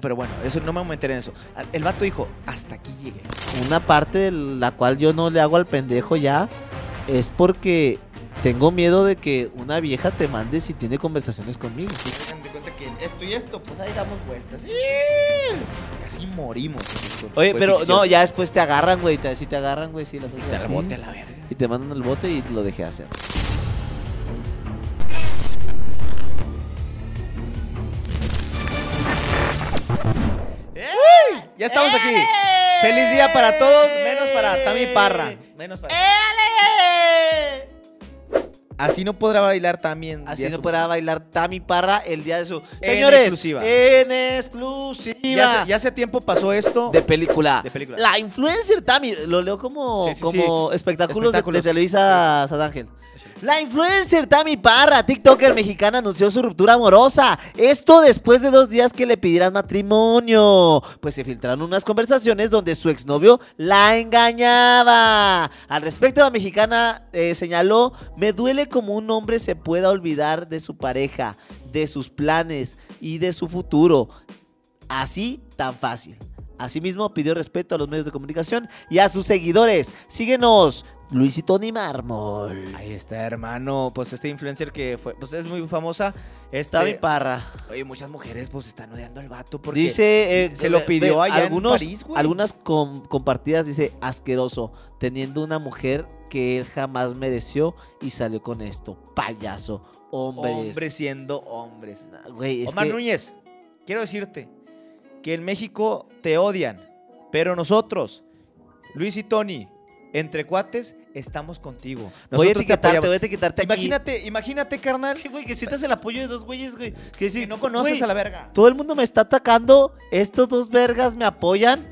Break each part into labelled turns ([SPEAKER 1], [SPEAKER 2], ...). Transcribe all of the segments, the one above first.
[SPEAKER 1] Pero bueno, eso no me voy a meter en eso. Ah, El vato dijo, hasta aquí llegué.
[SPEAKER 2] Una parte de la cual yo no le hago al pendejo ya es porque tengo miedo de que una vieja te mande si tiene conversaciones conmigo.
[SPEAKER 1] Y se dan de cuenta que esto y esto, pues ahí damos vueltas. ¡Sí! Casi morimos. Esto
[SPEAKER 2] Oye,
[SPEAKER 1] fue
[SPEAKER 2] pero
[SPEAKER 1] ficción.
[SPEAKER 2] no, ya después te agarran, güey. te- Si te agarran, güey, si las haces
[SPEAKER 1] Te
[SPEAKER 2] así.
[SPEAKER 1] rebote a la verga.
[SPEAKER 2] Y te mandan al bote y lo dejé hacer.
[SPEAKER 1] Ya estamos aquí.
[SPEAKER 2] ¡Eh!
[SPEAKER 1] Feliz día para todos, menos para Tami Parra. Menos
[SPEAKER 2] ¡Eh!
[SPEAKER 1] para. Así no podrá bailar también.
[SPEAKER 2] Así no podrá bailar Tami Parra el día de su.
[SPEAKER 1] En
[SPEAKER 2] Señores,
[SPEAKER 1] exclusiva.
[SPEAKER 2] en exclusiva.
[SPEAKER 1] Ya hace, ya hace tiempo pasó esto.
[SPEAKER 2] De película.
[SPEAKER 1] De película.
[SPEAKER 2] La influencer Tami. Lo leo como,
[SPEAKER 1] Sí, sí,
[SPEAKER 2] como espectáculos, de-
[SPEAKER 1] Espectáculos.
[SPEAKER 2] de, Televisa San Ángel. La influencer Tami Parra, TikToker mexicana, anunció su ruptura amorosa. Esto después de dos días que le pidieran matrimonio. Pues se filtraron unas conversaciones donde su exnovio la engañaba. Al respecto, la mexicana eh, señaló: Me duele como un hombre se pueda olvidar de su pareja, de sus planes y de su futuro. Así tan fácil. Asimismo, pidió respeto a los medios de comunicación y a sus seguidores. Síguenos, Luisito Ni Mármol.
[SPEAKER 1] Ahí está, hermano. Pues este influencer que fue, pues es muy famosa. Esta
[SPEAKER 2] Está mi parra.
[SPEAKER 1] Oye, muchas mujeres pues están odiando al vato este, porque
[SPEAKER 2] Dice. eh,
[SPEAKER 1] se lo
[SPEAKER 2] ve-
[SPEAKER 1] pidió
[SPEAKER 2] ve-
[SPEAKER 1] allá en
[SPEAKER 2] algunos,
[SPEAKER 1] París, güey.
[SPEAKER 2] Algunas com- compartidas dice asqueroso, teniendo una mujer que él jamás mereció y salió con esto. Payaso, hombres.
[SPEAKER 1] hombres siendo hombres.
[SPEAKER 2] Güey, es
[SPEAKER 1] Omar
[SPEAKER 2] que-
[SPEAKER 1] Núñez, quiero decirte que en México te odian, pero nosotros, Luis y Tony, entre cuates, estamos contigo.
[SPEAKER 2] voy a
[SPEAKER 1] Nosotros te
[SPEAKER 2] etiquetarte,
[SPEAKER 1] apoyamos.
[SPEAKER 2] voy a etiquetarte aquí.
[SPEAKER 1] Imagínate, imagínate, carnal,
[SPEAKER 2] Güey, que sientas el apoyo de dos güeyes, güey. Que si
[SPEAKER 1] que no conoces a la verga.
[SPEAKER 2] Todo el mundo me está atacando. Estos dos vergas me apoyan.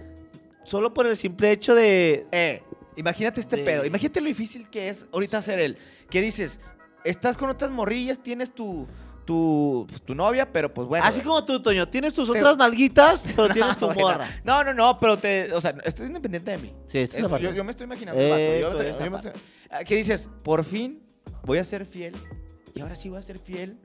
[SPEAKER 2] Solo por el simple hecho de.
[SPEAKER 1] Eh, imagínate este
[SPEAKER 2] Sí.
[SPEAKER 1] pedo. Imagínate lo difícil que es ahorita ser él. Que dices, estás con otras morrillas, tienes tu, tu, pues, tu novia, pero pues bueno.
[SPEAKER 2] Así como Ah, tú, Toño. Tienes tus
[SPEAKER 1] Te-
[SPEAKER 2] otras nalguitas, pero tienes tu
[SPEAKER 1] Bueno,
[SPEAKER 2] morra.
[SPEAKER 1] No, no, no, pero te. O sea, estás independiente de mí.
[SPEAKER 2] Sí, esta es
[SPEAKER 1] Eso,
[SPEAKER 2] la parte.
[SPEAKER 1] yo, yo me estoy imaginando. vato, yo
[SPEAKER 2] Esto
[SPEAKER 1] me-
[SPEAKER 2] es
[SPEAKER 1] yo me- Ah, que dices, por fin voy a ser fiel. Y ahora sí voy a ser fiel.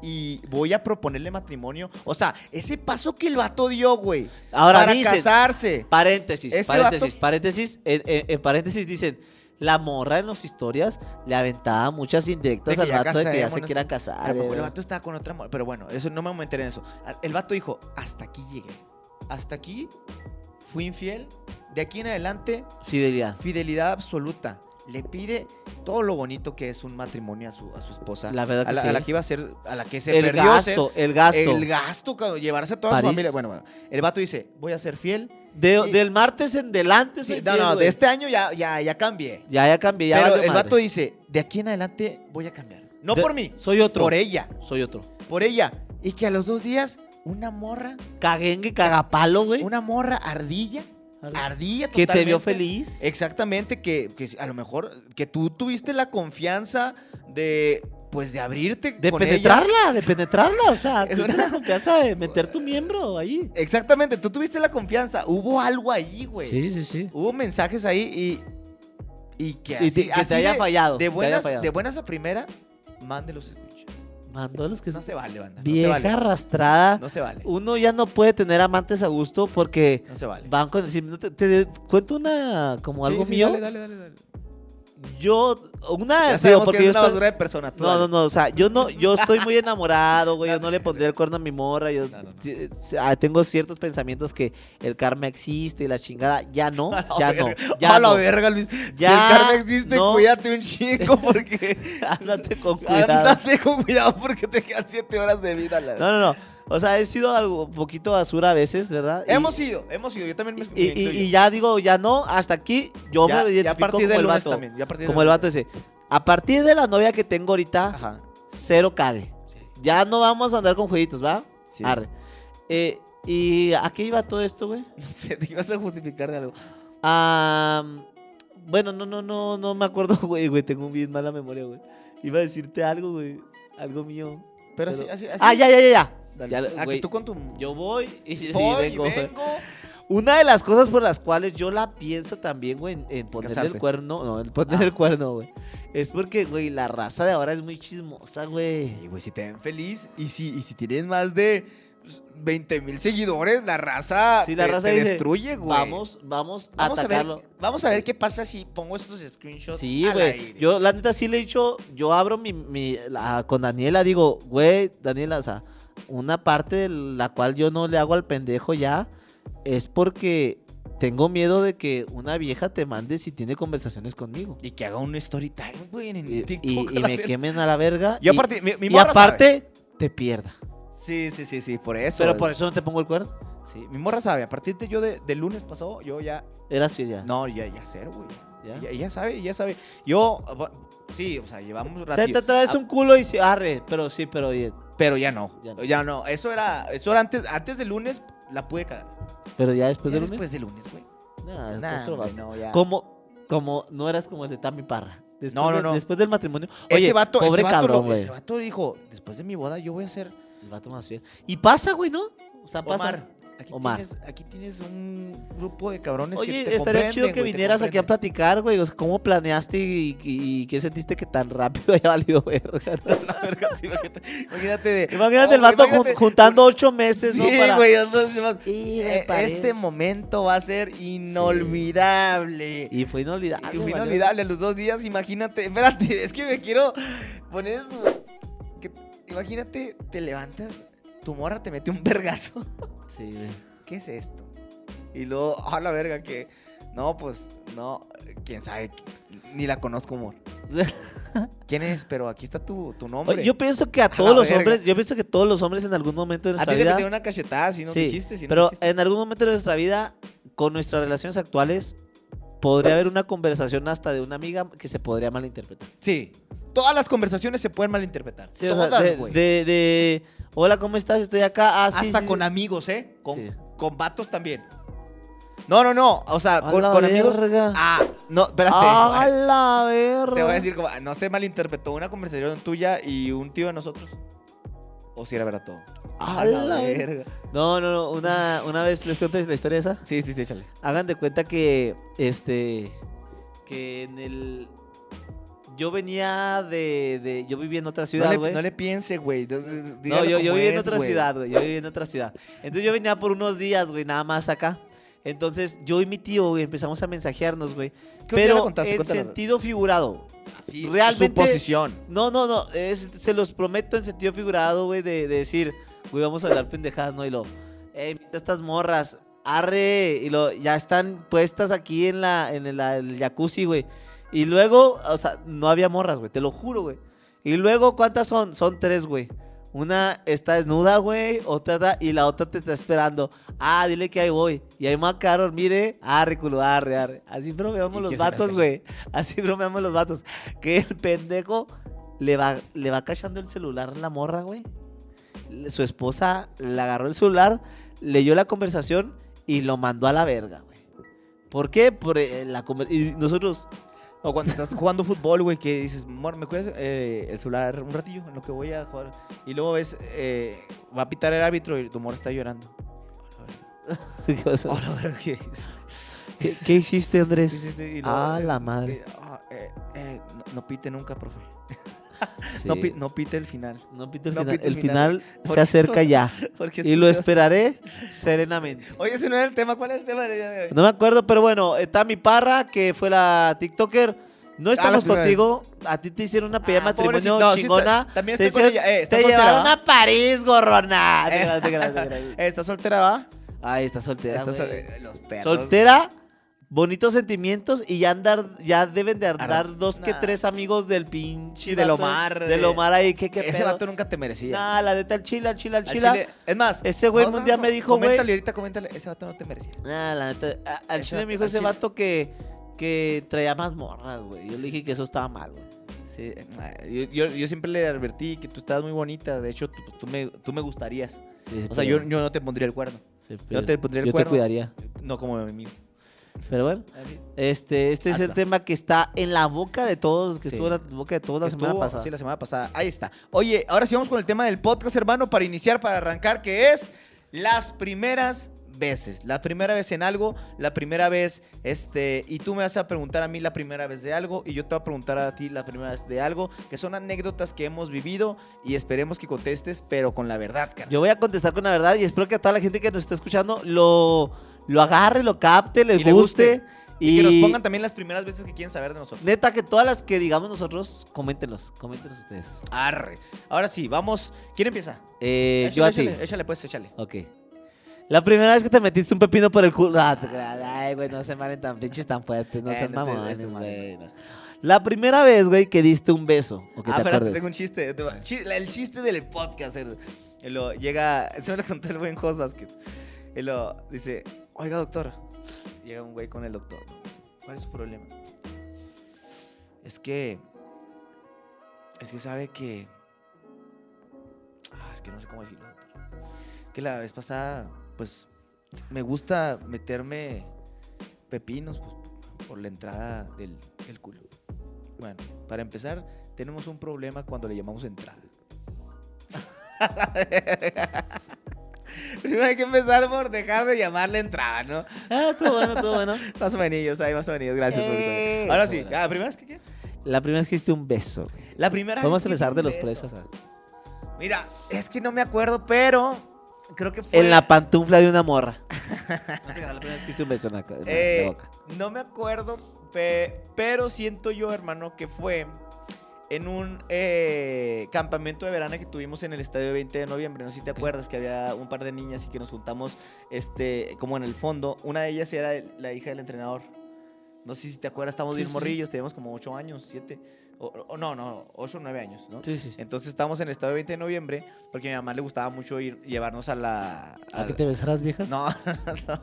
[SPEAKER 1] Y voy a proponerle matrimonio. O sea, ese paso que el vato dio, güey.
[SPEAKER 2] Ahora
[SPEAKER 1] para
[SPEAKER 2] dicen-
[SPEAKER 1] casarse.
[SPEAKER 2] Paréntesis,
[SPEAKER 1] Ese
[SPEAKER 2] paréntesis,
[SPEAKER 1] vato-
[SPEAKER 2] paréntesis. En, en- en paréntesis dicen. La morra en las historias le aventaba muchas
[SPEAKER 1] De
[SPEAKER 2] indirectas
[SPEAKER 1] que
[SPEAKER 2] al
[SPEAKER 1] ya
[SPEAKER 2] vato de que ya se
[SPEAKER 1] casémonos.
[SPEAKER 2] quiera casar. eh,
[SPEAKER 1] A lo mejor el
[SPEAKER 2] era.
[SPEAKER 1] vato estaba con otra mujer, pero bueno, eso no me voy a meter en eso. A- El vato dijo, hasta aquí llegué. Hasta aquí fui infiel. De aquí en adelante,
[SPEAKER 2] Fidelidad.
[SPEAKER 1] fidelidad absoluta. Le pide todo lo bonito que es un matrimonio a su, a su esposa.
[SPEAKER 2] La verdad
[SPEAKER 1] a
[SPEAKER 2] que
[SPEAKER 1] la,
[SPEAKER 2] sí.
[SPEAKER 1] a la que iba a ser, a la que se
[SPEAKER 2] El
[SPEAKER 1] perdió
[SPEAKER 2] gasto, el gasto,
[SPEAKER 1] ser- El gasto, cabrón, llevarse a toda su
[SPEAKER 2] París.
[SPEAKER 1] familia. Bueno, bueno. El vato dice, voy a ser fiel.
[SPEAKER 2] De-
[SPEAKER 1] y-
[SPEAKER 2] Del martes en delante.
[SPEAKER 1] Sí,
[SPEAKER 2] soy
[SPEAKER 1] no,
[SPEAKER 2] fiel,
[SPEAKER 1] no, de
[SPEAKER 2] güey.
[SPEAKER 1] este año ya, ya, ya cambié.
[SPEAKER 2] Ya, ya cambié, ya
[SPEAKER 1] Pero
[SPEAKER 2] valió
[SPEAKER 1] el
[SPEAKER 2] madre.
[SPEAKER 1] vato dice, de aquí en adelante voy a cambiar. No
[SPEAKER 2] De-
[SPEAKER 1] por mí,
[SPEAKER 2] Soy otro.
[SPEAKER 1] por ella.
[SPEAKER 2] Soy otro.
[SPEAKER 1] por ella. Y que a los dos días, una morra,
[SPEAKER 2] Caguengue, cagapalo, güey.
[SPEAKER 1] una morra ardilla, ardilla
[SPEAKER 2] Que te
[SPEAKER 1] totalmente.
[SPEAKER 2] vio
[SPEAKER 1] Eh,
[SPEAKER 2] feliz.
[SPEAKER 1] Exactamente, que, que a lo mejor que tú tuviste la confianza de, pues, de abrirte
[SPEAKER 2] De
[SPEAKER 1] con ella.
[SPEAKER 2] penetrarla, de penetrarla. O sea, tú
[SPEAKER 1] Es
[SPEAKER 2] tienes la confianza de meter tu miembro ahí.
[SPEAKER 1] Exactamente, tú tuviste la confianza. Hubo algo ahí, güey.
[SPEAKER 2] sí, sí.
[SPEAKER 1] Hubo mensajes ahí y... Y que,
[SPEAKER 2] Y
[SPEAKER 1] así,
[SPEAKER 2] te- que
[SPEAKER 1] así
[SPEAKER 2] te haya
[SPEAKER 1] de-
[SPEAKER 2] fallado.
[SPEAKER 1] De buenas,
[SPEAKER 2] te haya fallado.
[SPEAKER 1] de buenas a primera, mándelos escucha.
[SPEAKER 2] Mandó a los que
[SPEAKER 1] No se vale, banda. No se
[SPEAKER 2] Vieja
[SPEAKER 1] vale.
[SPEAKER 2] arrastrada.
[SPEAKER 1] No se vale.
[SPEAKER 2] Uno ya no puede tener amantes a gusto porque
[SPEAKER 1] No se vale.
[SPEAKER 2] van con el sim- no Te, te cuento una, como
[SPEAKER 1] Sí,
[SPEAKER 2] algo
[SPEAKER 1] sí,
[SPEAKER 2] mío.
[SPEAKER 1] Dale, dale, dale. dale.
[SPEAKER 2] Yo, una,
[SPEAKER 1] Ya
[SPEAKER 2] digo,
[SPEAKER 1] sabemos
[SPEAKER 2] porque
[SPEAKER 1] que
[SPEAKER 2] yo
[SPEAKER 1] es una
[SPEAKER 2] estaba-
[SPEAKER 1] basura de persona. tú
[SPEAKER 2] No,
[SPEAKER 1] dale.
[SPEAKER 2] no, no, o sea, yo no, yo estoy muy enamorado, güey,
[SPEAKER 1] No,
[SPEAKER 2] yo no
[SPEAKER 1] sí,
[SPEAKER 2] le
[SPEAKER 1] sí,
[SPEAKER 2] pondría el cuerno a mi morra, yo
[SPEAKER 1] No, no, no.
[SPEAKER 2] sí, sí, ah, tengo ciertos pensamientos que el karma existe y la chingada, ya no,
[SPEAKER 1] A la
[SPEAKER 2] ya no,
[SPEAKER 1] verga.
[SPEAKER 2] ya
[SPEAKER 1] a la
[SPEAKER 2] no,
[SPEAKER 1] verga, Luis.
[SPEAKER 2] Ya
[SPEAKER 1] si el karma existe,
[SPEAKER 2] no.
[SPEAKER 1] cuídate un chico porque.
[SPEAKER 2] ándate con cuidado.
[SPEAKER 1] Andate con cuidado porque te quedan 7 horas de vida. La
[SPEAKER 2] No, no, no, o sea, he sido algo un poquito basura a veces, ¿verdad? Y-
[SPEAKER 1] Hemos ido, hemos ido. Yo también me.
[SPEAKER 2] y, y- y ya digo, ya no, hasta aquí yo
[SPEAKER 1] ya,
[SPEAKER 2] me
[SPEAKER 1] ya a
[SPEAKER 2] identifico
[SPEAKER 1] partir
[SPEAKER 2] como
[SPEAKER 1] del
[SPEAKER 2] el
[SPEAKER 1] lunes
[SPEAKER 2] vato,
[SPEAKER 1] también. Ya a partir del
[SPEAKER 2] como el
[SPEAKER 1] lunes.
[SPEAKER 2] vato ese, a partir de la novia que tengo ahorita,
[SPEAKER 1] Ajá.
[SPEAKER 2] cero cague,
[SPEAKER 1] Sí.
[SPEAKER 2] ya no vamos a andar con jueguitos, ¿va?
[SPEAKER 1] Sí.
[SPEAKER 2] Arre. Eh, ¿Y a qué iba todo esto, güey?
[SPEAKER 1] No sé, te ibas a justificar de algo.
[SPEAKER 2] Ah, bueno, no, no, no, no me acuerdo, güey, güey, tengo bien mala memoria, güey. Iba a decirte algo, güey, algo mío.
[SPEAKER 1] Pero
[SPEAKER 2] Pero-
[SPEAKER 1] así, así, así.
[SPEAKER 2] Ah, ya, ya, ya, ya.
[SPEAKER 1] Dale.
[SPEAKER 2] Ya,
[SPEAKER 1] ah,
[SPEAKER 2] güey.
[SPEAKER 1] que tú con tu.
[SPEAKER 2] Yo voy y, y
[SPEAKER 1] Voy,
[SPEAKER 2] vengo. güey.
[SPEAKER 1] vengo.
[SPEAKER 2] Una de las cosas por las cuales yo la pienso también, güey, en, en poner
[SPEAKER 1] Casarte.
[SPEAKER 2] el cuerno, no, en poner
[SPEAKER 1] Ah.
[SPEAKER 2] el cuerno, güey, es porque, güey, la raza de ahora es muy chismosa, güey.
[SPEAKER 1] Sí, güey, si te ven feliz y si, y si tienes más de. 20 mil seguidores, la raza,
[SPEAKER 2] Sí, la
[SPEAKER 1] te-
[SPEAKER 2] raza
[SPEAKER 1] te
[SPEAKER 2] dice,
[SPEAKER 1] destruye, güey.
[SPEAKER 2] Vamos, vamos a
[SPEAKER 1] Vamos a, ver,
[SPEAKER 2] atacarlo.
[SPEAKER 1] vamos a ver qué pasa si pongo estos screenshots.
[SPEAKER 2] Sí,
[SPEAKER 1] al
[SPEAKER 2] güey.
[SPEAKER 1] aire.
[SPEAKER 2] Yo, la neta, sí le he dicho, yo abro mi, mi- la- con Daniela, digo, güey, Daniela, o sea, una parte de la cual yo no le hago al pendejo ya es porque tengo miedo de que una vieja te mande si tiene conversaciones conmigo.
[SPEAKER 1] Y que haga un story time, güey, en
[SPEAKER 2] Y,
[SPEAKER 1] TikTok.
[SPEAKER 2] y-
[SPEAKER 1] a
[SPEAKER 2] y
[SPEAKER 1] la
[SPEAKER 2] me
[SPEAKER 1] verga.
[SPEAKER 2] quemen a la verga.
[SPEAKER 1] Y
[SPEAKER 2] y-
[SPEAKER 1] aparte, mi, mi
[SPEAKER 2] y
[SPEAKER 1] morra sabe.
[SPEAKER 2] aparte, te pierda.
[SPEAKER 1] Sí, sí, sí, sí, por eso.
[SPEAKER 2] Pero
[SPEAKER 1] güey.
[SPEAKER 2] por eso no te pongo el cuerno.
[SPEAKER 1] Sí, mi morra sabe. A partir de yo de, del lunes pasado, yo ya.
[SPEAKER 2] Eras fiel ya.
[SPEAKER 1] No, ya, ya cero, güey.
[SPEAKER 2] ¿Ya?
[SPEAKER 1] Ya, ya sabe, ya sabe. Yo. bu- Sí, o sea, llevamos
[SPEAKER 2] O sea,
[SPEAKER 1] ratito.
[SPEAKER 2] te traes
[SPEAKER 1] Ah,
[SPEAKER 2] un culo y sí, arre, pero sí, pero oye,
[SPEAKER 1] Pero ya no.
[SPEAKER 2] Ya
[SPEAKER 1] Ya
[SPEAKER 2] no.
[SPEAKER 1] no. Eso era. Eso era antes. Antes del lunes la pude cagar.
[SPEAKER 2] pero ya después
[SPEAKER 1] Después
[SPEAKER 2] del
[SPEAKER 1] del
[SPEAKER 2] ¿Pues lunes.
[SPEAKER 1] Después del lunes, güey.
[SPEAKER 2] Nah,
[SPEAKER 1] Nah,
[SPEAKER 2] Ah, otro
[SPEAKER 1] hombre,
[SPEAKER 2] vato.
[SPEAKER 1] no, ya.
[SPEAKER 2] Como, como no eras como el de Tami Parra. Después
[SPEAKER 1] No, no,
[SPEAKER 2] de-
[SPEAKER 1] no.
[SPEAKER 2] Después del matrimonio. Oye,
[SPEAKER 1] Ese vato,
[SPEAKER 2] pobre
[SPEAKER 1] ese vato,
[SPEAKER 2] cabrón,
[SPEAKER 1] lo-
[SPEAKER 2] güey.
[SPEAKER 1] ese vato dijo, después de mi boda yo voy a ser
[SPEAKER 2] El vato más fiel. Y pasa, güey, ¿no? O sea, pasa.
[SPEAKER 1] Omar. Aquí,
[SPEAKER 2] Omar.
[SPEAKER 1] Tienes, aquí tienes un grupo de cabrones que
[SPEAKER 2] Oye,
[SPEAKER 1] te
[SPEAKER 2] estaría chido
[SPEAKER 1] comprenden,
[SPEAKER 2] que
[SPEAKER 1] güey, te
[SPEAKER 2] vinieras aquí a
[SPEAKER 1] comprenden.
[SPEAKER 2] platicar, güey. O sea, ¿cómo planeaste y, y- y qué sentiste que tan rápido haya valido verga?
[SPEAKER 1] La verga, sí, imagínate, imagínate de...
[SPEAKER 2] Imagínate
[SPEAKER 1] Oh,
[SPEAKER 2] el vato jun-
[SPEAKER 1] imagínate.
[SPEAKER 2] juntando ocho meses, ¿no?
[SPEAKER 1] Sí,
[SPEAKER 2] Para-
[SPEAKER 1] güey, o sea, se va-
[SPEAKER 2] Y
[SPEAKER 1] Eh, Este momento va a ser inolvidable.
[SPEAKER 2] Y fue inolvidable.
[SPEAKER 1] Y fue
[SPEAKER 2] valió-
[SPEAKER 1] inolvidable los dos días, imagínate. Espérate, es que me quiero poner eso. que- imagínate, te levantas, tu morra te mete un vergazo.
[SPEAKER 2] Sí, güey.
[SPEAKER 1] ¿qué es esto? Y luego, a la verga, que no, pues no, quién sabe, ni la conozco, amor. ¿Quién es? Pero aquí está tu, tu nombre.
[SPEAKER 2] Oye, Yo pienso que a
[SPEAKER 1] la
[SPEAKER 2] todos los
[SPEAKER 1] verga.
[SPEAKER 2] hombres, yo pienso que todos los hombres en algún momento
[SPEAKER 1] a
[SPEAKER 2] de nuestra
[SPEAKER 1] ti te
[SPEAKER 2] vida.
[SPEAKER 1] metieron una cachetada si no
[SPEAKER 2] Sí,
[SPEAKER 1] dijiste. Si no
[SPEAKER 2] Pero
[SPEAKER 1] dijiste.
[SPEAKER 2] en algún momento de nuestra vida, con nuestras relaciones actuales, podría haber una conversación hasta de una amiga que se podría malinterpretar.
[SPEAKER 1] Sí. Todas las conversaciones se pueden malinterpretar.
[SPEAKER 2] Sí, o sea, de-
[SPEAKER 1] Todas, güey.
[SPEAKER 2] de, de, hola, ¿cómo estás? Estoy acá. Ah, sí,
[SPEAKER 1] Hasta
[SPEAKER 2] sí,
[SPEAKER 1] con
[SPEAKER 2] sí.
[SPEAKER 1] amigos, ¿eh? Con,
[SPEAKER 2] Sí.
[SPEAKER 1] con vatos también. No, no, no. O sea,
[SPEAKER 2] A
[SPEAKER 1] con,
[SPEAKER 2] la
[SPEAKER 1] con amigos.
[SPEAKER 2] verga.
[SPEAKER 1] Ah, no, espérate.
[SPEAKER 2] A la verga.
[SPEAKER 1] Te voy a decir como, no se malinterpretó una conversación tuya y un tío de nosotros. O si era verdad todo.
[SPEAKER 2] A la verga. No, no, no. Una, una vez les conté la historia esa.
[SPEAKER 1] Sí, sí, sí, échale.
[SPEAKER 2] Hagan de cuenta que, este, que en el... Yo venía de, de- Yo vivía en otra ciudad,
[SPEAKER 1] no, le,
[SPEAKER 2] güey.
[SPEAKER 1] no le piense, güey. No,
[SPEAKER 2] No,
[SPEAKER 1] dígalo
[SPEAKER 2] yo, yo
[SPEAKER 1] como
[SPEAKER 2] vivía en
[SPEAKER 1] es,
[SPEAKER 2] otra
[SPEAKER 1] güey.
[SPEAKER 2] ciudad, güey. Yo vivía en otra ciudad. Entonces yo venía por unos días, güey, nada más acá. Entonces yo y mi tío, güey, empezamos a mensajearnos, güey.
[SPEAKER 1] ¿Qué día la
[SPEAKER 2] Pero
[SPEAKER 1] contaste?
[SPEAKER 2] en
[SPEAKER 1] Cuéntala.
[SPEAKER 2] sentido figurado.
[SPEAKER 1] Ah, Sí,
[SPEAKER 2] realmente-
[SPEAKER 1] Su posición.
[SPEAKER 2] No, no, no. es- se los prometo en sentido figurado, güey, de, de decir, güey, vamos a hablar pendejadas, ¿no? Y lo, eh, mira estas morras, arre. Y lo, ya están puestas aquí en la, en la- el jacuzzi, güey. Y luego, o sea, no había morras, güey, te lo juro, güey. Y luego, ¿cuántas son? Son tres, güey. Una está desnuda, güey, otra está- y la otra te está esperando. Ah, dile que ahí voy. Y ahí más caro, mire, arre, culo, arre, arre. Así bromeamos
[SPEAKER 1] ¿Y
[SPEAKER 2] los
[SPEAKER 1] qué será
[SPEAKER 2] vatos,
[SPEAKER 1] eso?
[SPEAKER 2] güey. Así bromeamos los vatos. Que el pendejo le va, le va cachando el celular a la morra, güey. Le- Su esposa le agarró el celular, leyó la conversación y lo mandó a la verga, güey. ¿Por qué? Por eh, la conver- Y nosotros,
[SPEAKER 1] O cuando estás jugando fútbol, güey, que dices, amor, ¿me cuidas eh, el celular un ratillo en lo que voy a jugar? Y luego ves, eh, va a pitar el árbitro y tu amor está llorando.
[SPEAKER 2] ¿qué, pasó?
[SPEAKER 1] Oh, la verga, ¿qué es?
[SPEAKER 2] ¿Qué- qué hiciste, Andrés?
[SPEAKER 1] Hiciste y luego,
[SPEAKER 2] Ah,
[SPEAKER 1] eh,
[SPEAKER 2] la madre.
[SPEAKER 1] eh, ah, eh, eh, no, no pite nunca, profe.
[SPEAKER 2] Sí.
[SPEAKER 1] No, pi- no pite el final.
[SPEAKER 2] No pita el
[SPEAKER 1] No
[SPEAKER 2] final.
[SPEAKER 1] pita
[SPEAKER 2] el
[SPEAKER 1] el
[SPEAKER 2] final,
[SPEAKER 1] Por
[SPEAKER 2] se
[SPEAKER 1] eso-
[SPEAKER 2] acerca ya.
[SPEAKER 1] Porque
[SPEAKER 2] Y
[SPEAKER 1] esto
[SPEAKER 2] lo
[SPEAKER 1] se-
[SPEAKER 2] esperaré serenamente.
[SPEAKER 1] Oye, ese no era el tema. ¿Cuál es el tema? de-
[SPEAKER 2] No me acuerdo, pero bueno, está mi parra, que fue la TikToker. No estamos
[SPEAKER 1] Ah, primera vez.
[SPEAKER 2] contigo. A ti te hicieron una pedida de
[SPEAKER 1] Ah,
[SPEAKER 2] matrimonio
[SPEAKER 1] pobrecito. No, sí está-
[SPEAKER 2] chingona.
[SPEAKER 1] también
[SPEAKER 2] te
[SPEAKER 1] estoy con
[SPEAKER 2] hicieron-
[SPEAKER 1] ella. Eh, está
[SPEAKER 2] te
[SPEAKER 1] soltera,
[SPEAKER 2] llevaron
[SPEAKER 1] ¿va?
[SPEAKER 2] a París, gorrona.
[SPEAKER 1] Eh.
[SPEAKER 2] Te- te- te- te- te- te-
[SPEAKER 1] Eh, ¿Estás soltera, va?
[SPEAKER 2] Ay, está soltera.
[SPEAKER 1] Estás
[SPEAKER 2] güey.
[SPEAKER 1] sol- eh, Los perros.
[SPEAKER 2] soltera, bonitos sentimientos y ya andar, ya deben de andar
[SPEAKER 1] Arran-
[SPEAKER 2] dos que
[SPEAKER 1] Nah.
[SPEAKER 2] tres amigos del pinche.
[SPEAKER 1] Sí, del
[SPEAKER 2] vato-
[SPEAKER 1] Omar,
[SPEAKER 2] Del
[SPEAKER 1] eh.
[SPEAKER 2] Omar ahí, que qué
[SPEAKER 1] Ese
[SPEAKER 2] pedo?
[SPEAKER 1] vato nunca te merecía.
[SPEAKER 2] Nah, la neta, al chile, al chile, al
[SPEAKER 1] Al
[SPEAKER 2] chile.
[SPEAKER 1] chile- Es más,
[SPEAKER 2] Ese güey
[SPEAKER 1] no,
[SPEAKER 2] un
[SPEAKER 1] no,
[SPEAKER 2] día
[SPEAKER 1] no,
[SPEAKER 2] me dijo, güey.
[SPEAKER 1] Coméntale ahorita, coméntale. Ese vato no te merecía.
[SPEAKER 2] Nah, la neta, a- al
[SPEAKER 1] Ese
[SPEAKER 2] chile me
[SPEAKER 1] vato-
[SPEAKER 2] dijo
[SPEAKER 1] al
[SPEAKER 2] ese
[SPEAKER 1] chile.
[SPEAKER 2] vato que, que traía más morras, güey. Yo le dije que eso estaba mal, güey.
[SPEAKER 1] Sí, yo, yo, yo siempre le advertí que tú estabas muy bonita. De hecho, tú, tú me, tú me gustarías. O sea, yo, yo no te pondría el cuerno. pues, yo te pondría el
[SPEAKER 2] yo te
[SPEAKER 1] cuerno.
[SPEAKER 2] cuidaría.
[SPEAKER 1] No como mi amigo.
[SPEAKER 2] Pero bueno, este, este es el
[SPEAKER 1] Hasta.
[SPEAKER 2] tema que está en la boca de todos, que
[SPEAKER 1] Sí.
[SPEAKER 2] estuvo en la boca de todos la
[SPEAKER 1] Que
[SPEAKER 2] semana
[SPEAKER 1] estuvo-
[SPEAKER 2] pasada.
[SPEAKER 1] Sí, la semana pasada. Ahí está. Oye, ahora sí vamos con el tema del podcast, hermano, para iniciar, para arrancar, que es Las primeras veces, la primera vez en algo, la primera vez, este, y tú me vas a preguntar a mí la primera vez de algo, y yo te voy a preguntar a ti la primera vez de algo, que son anécdotas que hemos vivido y esperemos que contestes, pero con la verdad, cara.
[SPEAKER 2] Yo voy a contestar con la verdad y espero que a toda la gente que nos está escuchando lo, lo agarre, lo capte, les
[SPEAKER 1] Y
[SPEAKER 2] guste.
[SPEAKER 1] le guste.
[SPEAKER 2] Y,
[SPEAKER 1] Y que nos pongan también las primeras veces que quieren saber de nosotros.
[SPEAKER 2] neta que todas las que digamos nosotros, coméntenos, coméntenos ustedes.
[SPEAKER 1] Arre. Ahora sí, vamos. ¿Quién empieza?
[SPEAKER 2] Eh,
[SPEAKER 1] Échale,
[SPEAKER 2] yo a ti.
[SPEAKER 1] échale, échale, pues, échale.
[SPEAKER 2] Ok. La primera vez que te metiste un pepino por el culo. Ah, te creas. Ay, güey, no se maren tan pinches tan fuertes, no
[SPEAKER 1] Eh,
[SPEAKER 2] sean
[SPEAKER 1] no sé,
[SPEAKER 2] mamones,
[SPEAKER 1] eso es
[SPEAKER 2] güey.
[SPEAKER 1] bueno.
[SPEAKER 2] La primera vez, güey, que diste un beso. O que
[SPEAKER 1] Ah,
[SPEAKER 2] te
[SPEAKER 1] espérate,
[SPEAKER 2] acuerdes.
[SPEAKER 1] tengo un chiste. Te va- chi- la- El chiste del podcast. el- el lo- llega, se me lo contó el buen Jos Basket. Y lo dice, oiga, doctor. Llega un güey con el doctor. ¿Cuál es su problema? Es que... Es que sabe que... Ah, es que no sé cómo decirlo, doctor. Que la vez pasada, pues, me gusta meterme pepinos pues, por la entrada del, del culo. Bueno, para empezar, tenemos un problema cuando le llamamos entrada. Primero hay que empezar por dejar de llamarle entrada, ¿no?
[SPEAKER 2] Ah, todo bueno, todo bueno.
[SPEAKER 1] Más o menos, ahí más o menos, gracias. por
[SPEAKER 2] Eh,
[SPEAKER 1] Ahora
[SPEAKER 2] eso,
[SPEAKER 1] sí,
[SPEAKER 2] bueno.
[SPEAKER 1] ah, ¿primera vez que qué?
[SPEAKER 2] La primera vez que diste un beso. güey.
[SPEAKER 1] La primera
[SPEAKER 2] Vamos
[SPEAKER 1] vez
[SPEAKER 2] a
[SPEAKER 1] que
[SPEAKER 2] empezar de
[SPEAKER 1] di
[SPEAKER 2] los
[SPEAKER 1] un
[SPEAKER 2] tres.
[SPEAKER 1] beso.
[SPEAKER 2] o sea.
[SPEAKER 1] Mira, es que no me acuerdo, pero creo que fue...
[SPEAKER 2] En la pantufla de una morra. la primera vez que diste un beso en la, en la- en la
[SPEAKER 1] Eh,
[SPEAKER 2] boca.
[SPEAKER 1] No me acuerdo, pe- pero siento yo, hermano, que fue en un eh, campamento de verano que tuvimos en el estadio 20 de noviembre. No sé si te acuerdas que había un par de niñas y que nos juntamos este, como en el fondo. Una de ellas era el- la hija del entrenador. No sé si te acuerdas, estábamos
[SPEAKER 2] Sí,
[SPEAKER 1] bien
[SPEAKER 2] sí, sí.
[SPEAKER 1] morrillos, teníamos como 8 años, 7. O, o- no, no, 8 o 9 años, ¿no?
[SPEAKER 2] Sí, sí, sí.
[SPEAKER 1] Entonces estábamos en el estadio 20 de noviembre porque a mi mamá le gustaba mucho ir, llevarnos a la...
[SPEAKER 2] ¿A
[SPEAKER 1] al-
[SPEAKER 2] qué te besarás, viejas?
[SPEAKER 1] no, no,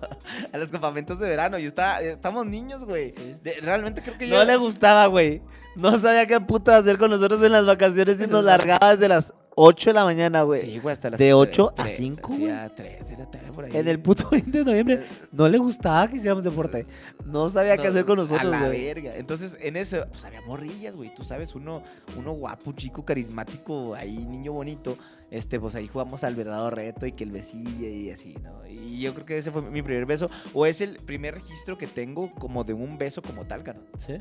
[SPEAKER 1] a los campamentos de verano. Yo estaba, estamos niños, güey.
[SPEAKER 2] Sí.
[SPEAKER 1] De- Realmente creo que yo.
[SPEAKER 2] No le gustaba, güey. No sabía qué puta hacer con nosotros en las vacaciones y nos largaba desde las 8 de la mañana, güey.
[SPEAKER 1] Sí, güey, hasta las
[SPEAKER 2] ¿De
[SPEAKER 1] tre-
[SPEAKER 2] ocho a
[SPEAKER 1] tre-
[SPEAKER 2] cinco,
[SPEAKER 1] sí,
[SPEAKER 2] güey?
[SPEAKER 1] a tres de la tarde por ahí.
[SPEAKER 2] En el puto 20 de noviembre no le gustaba que hiciéramos deporte. No sabía qué
[SPEAKER 1] No,
[SPEAKER 2] hacer con
[SPEAKER 1] A
[SPEAKER 2] nosotros,
[SPEAKER 1] la
[SPEAKER 2] güey.
[SPEAKER 1] verga. Entonces, en eso, pues había morrillas, güey. Tú sabes, uno, uno guapo, chico, carismático, ahí, niño bonito. Este, pues ahí jugamos al verdadero reto y que el besillo y así, ¿no? Y yo creo que ese fue mi primer beso. O es el primer registro que tengo como de un beso como tal, cara.
[SPEAKER 2] ¿Sí?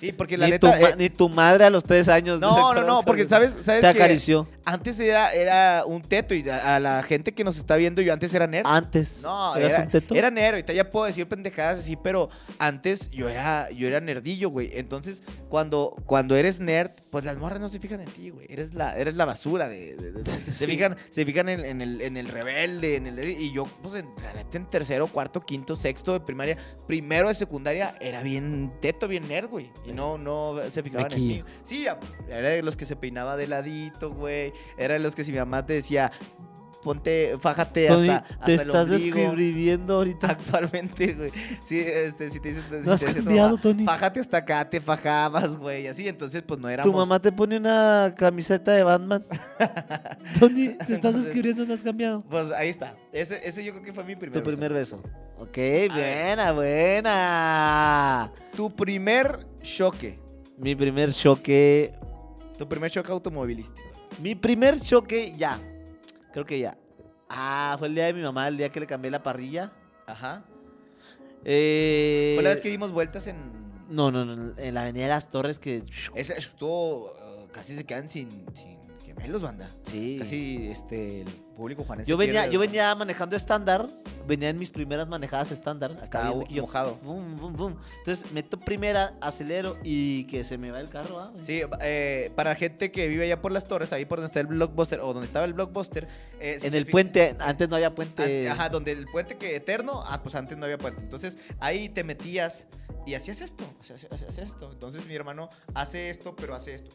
[SPEAKER 1] Sí, porque la
[SPEAKER 2] Ni, tu
[SPEAKER 1] neta.
[SPEAKER 2] ma-
[SPEAKER 1] eh,
[SPEAKER 2] ni tu madre a los 3 años.
[SPEAKER 1] no, no, no,
[SPEAKER 2] reconoce
[SPEAKER 1] porque
[SPEAKER 2] que
[SPEAKER 1] sabes, sabes
[SPEAKER 2] Te
[SPEAKER 1] que-
[SPEAKER 2] acarició
[SPEAKER 1] Antes era, era un teto y a, a la gente que nos está viendo yo antes era nerd.
[SPEAKER 2] antes.
[SPEAKER 1] eh, no,
[SPEAKER 2] Ah, ¿Eras
[SPEAKER 1] era,
[SPEAKER 2] un teto?
[SPEAKER 1] era nerd. Ahorita ya puedo decir pendejadas así, pero antes yo era, yo era nerdillo, güey. Entonces, cuando, cuando eres nerd, pues las morras no se fijan en ti, güey. Eres la, eres la basura de... de- de- de-
[SPEAKER 2] Sí.
[SPEAKER 1] Se fijan, se fijan en, en el, en el rebelde, en el... Y yo, pues, en, la neta, en tercero, cuarto, quinto, sexto de primaria, primero de secundaria, era bien teto, bien nerd, güey. Y no, no se fijaban en
[SPEAKER 2] Mequillo.
[SPEAKER 1] mí. Sí, a- era de los que se peinaba de ladito, güey. Era de los que si mi mamá te decía, ponte, fájate
[SPEAKER 2] Tony,
[SPEAKER 1] hasta, hasta
[SPEAKER 2] te
[SPEAKER 1] el
[SPEAKER 2] estás
[SPEAKER 1] ombligo.
[SPEAKER 2] describiendo ahorita.
[SPEAKER 1] Actualmente, güey. Sí, este, si te dicen... si
[SPEAKER 2] No has
[SPEAKER 1] te decía tu
[SPEAKER 2] cambiado,
[SPEAKER 1] mamá,
[SPEAKER 2] Tony.
[SPEAKER 1] Fájate hasta acá, te fajabas, güey. Así, entonces, pues no éramos...
[SPEAKER 2] Tu mamá te pone una camiseta de Batman. Tony, te estás
[SPEAKER 1] Entonces-
[SPEAKER 2] describiendo, no has cambiado.
[SPEAKER 1] Pues ahí está. Ese, ese yo creo que fue mi primer
[SPEAKER 2] Tu
[SPEAKER 1] beso.
[SPEAKER 2] primer beso. Ok, buena, buena.
[SPEAKER 1] Tu primer choque.
[SPEAKER 2] Mi primer choque.
[SPEAKER 1] Tu primer choque automovilístico.
[SPEAKER 2] Mi primer choque, ya. Creo que ya. Ah, fue el día de mi mamá, el día que le cambié la parrilla.
[SPEAKER 1] Ajá.
[SPEAKER 2] Eh,
[SPEAKER 1] Fue la vez que dimos vueltas en...
[SPEAKER 2] No, no, no, en la avenida de las Torres que...
[SPEAKER 1] Ese estuvo. uh, casi se quedan sin, sin gemelos, banda.
[SPEAKER 2] Sí.
[SPEAKER 1] Casi este, el público juanes.
[SPEAKER 2] Yo
[SPEAKER 1] se
[SPEAKER 2] venía,
[SPEAKER 1] pierde, ¿no?
[SPEAKER 2] yo venía manejando estándar, venía en mis primeras manejadas estándar. Estaba
[SPEAKER 1] Estaba
[SPEAKER 2] bien
[SPEAKER 1] u-
[SPEAKER 2] loquillo.
[SPEAKER 1] mojado.
[SPEAKER 2] Bum, bum, bum. Entonces meto primera, acelero y que se me va el carro. ¿ah?
[SPEAKER 1] Sí, eh, para gente que vive allá por las torres, ahí por donde está el blockbuster o donde estaba el blockbuster. eh, si
[SPEAKER 2] En
[SPEAKER 1] se
[SPEAKER 2] el
[SPEAKER 1] fi-
[SPEAKER 2] puente, antes no había puente.
[SPEAKER 1] An- Ajá, donde el puente que eterno, ah, pues antes no había puente. Entonces ahí te metías y hacías esto, o sea, hacías hacías esto. Entonces mi hermano hace esto, pero hace esto.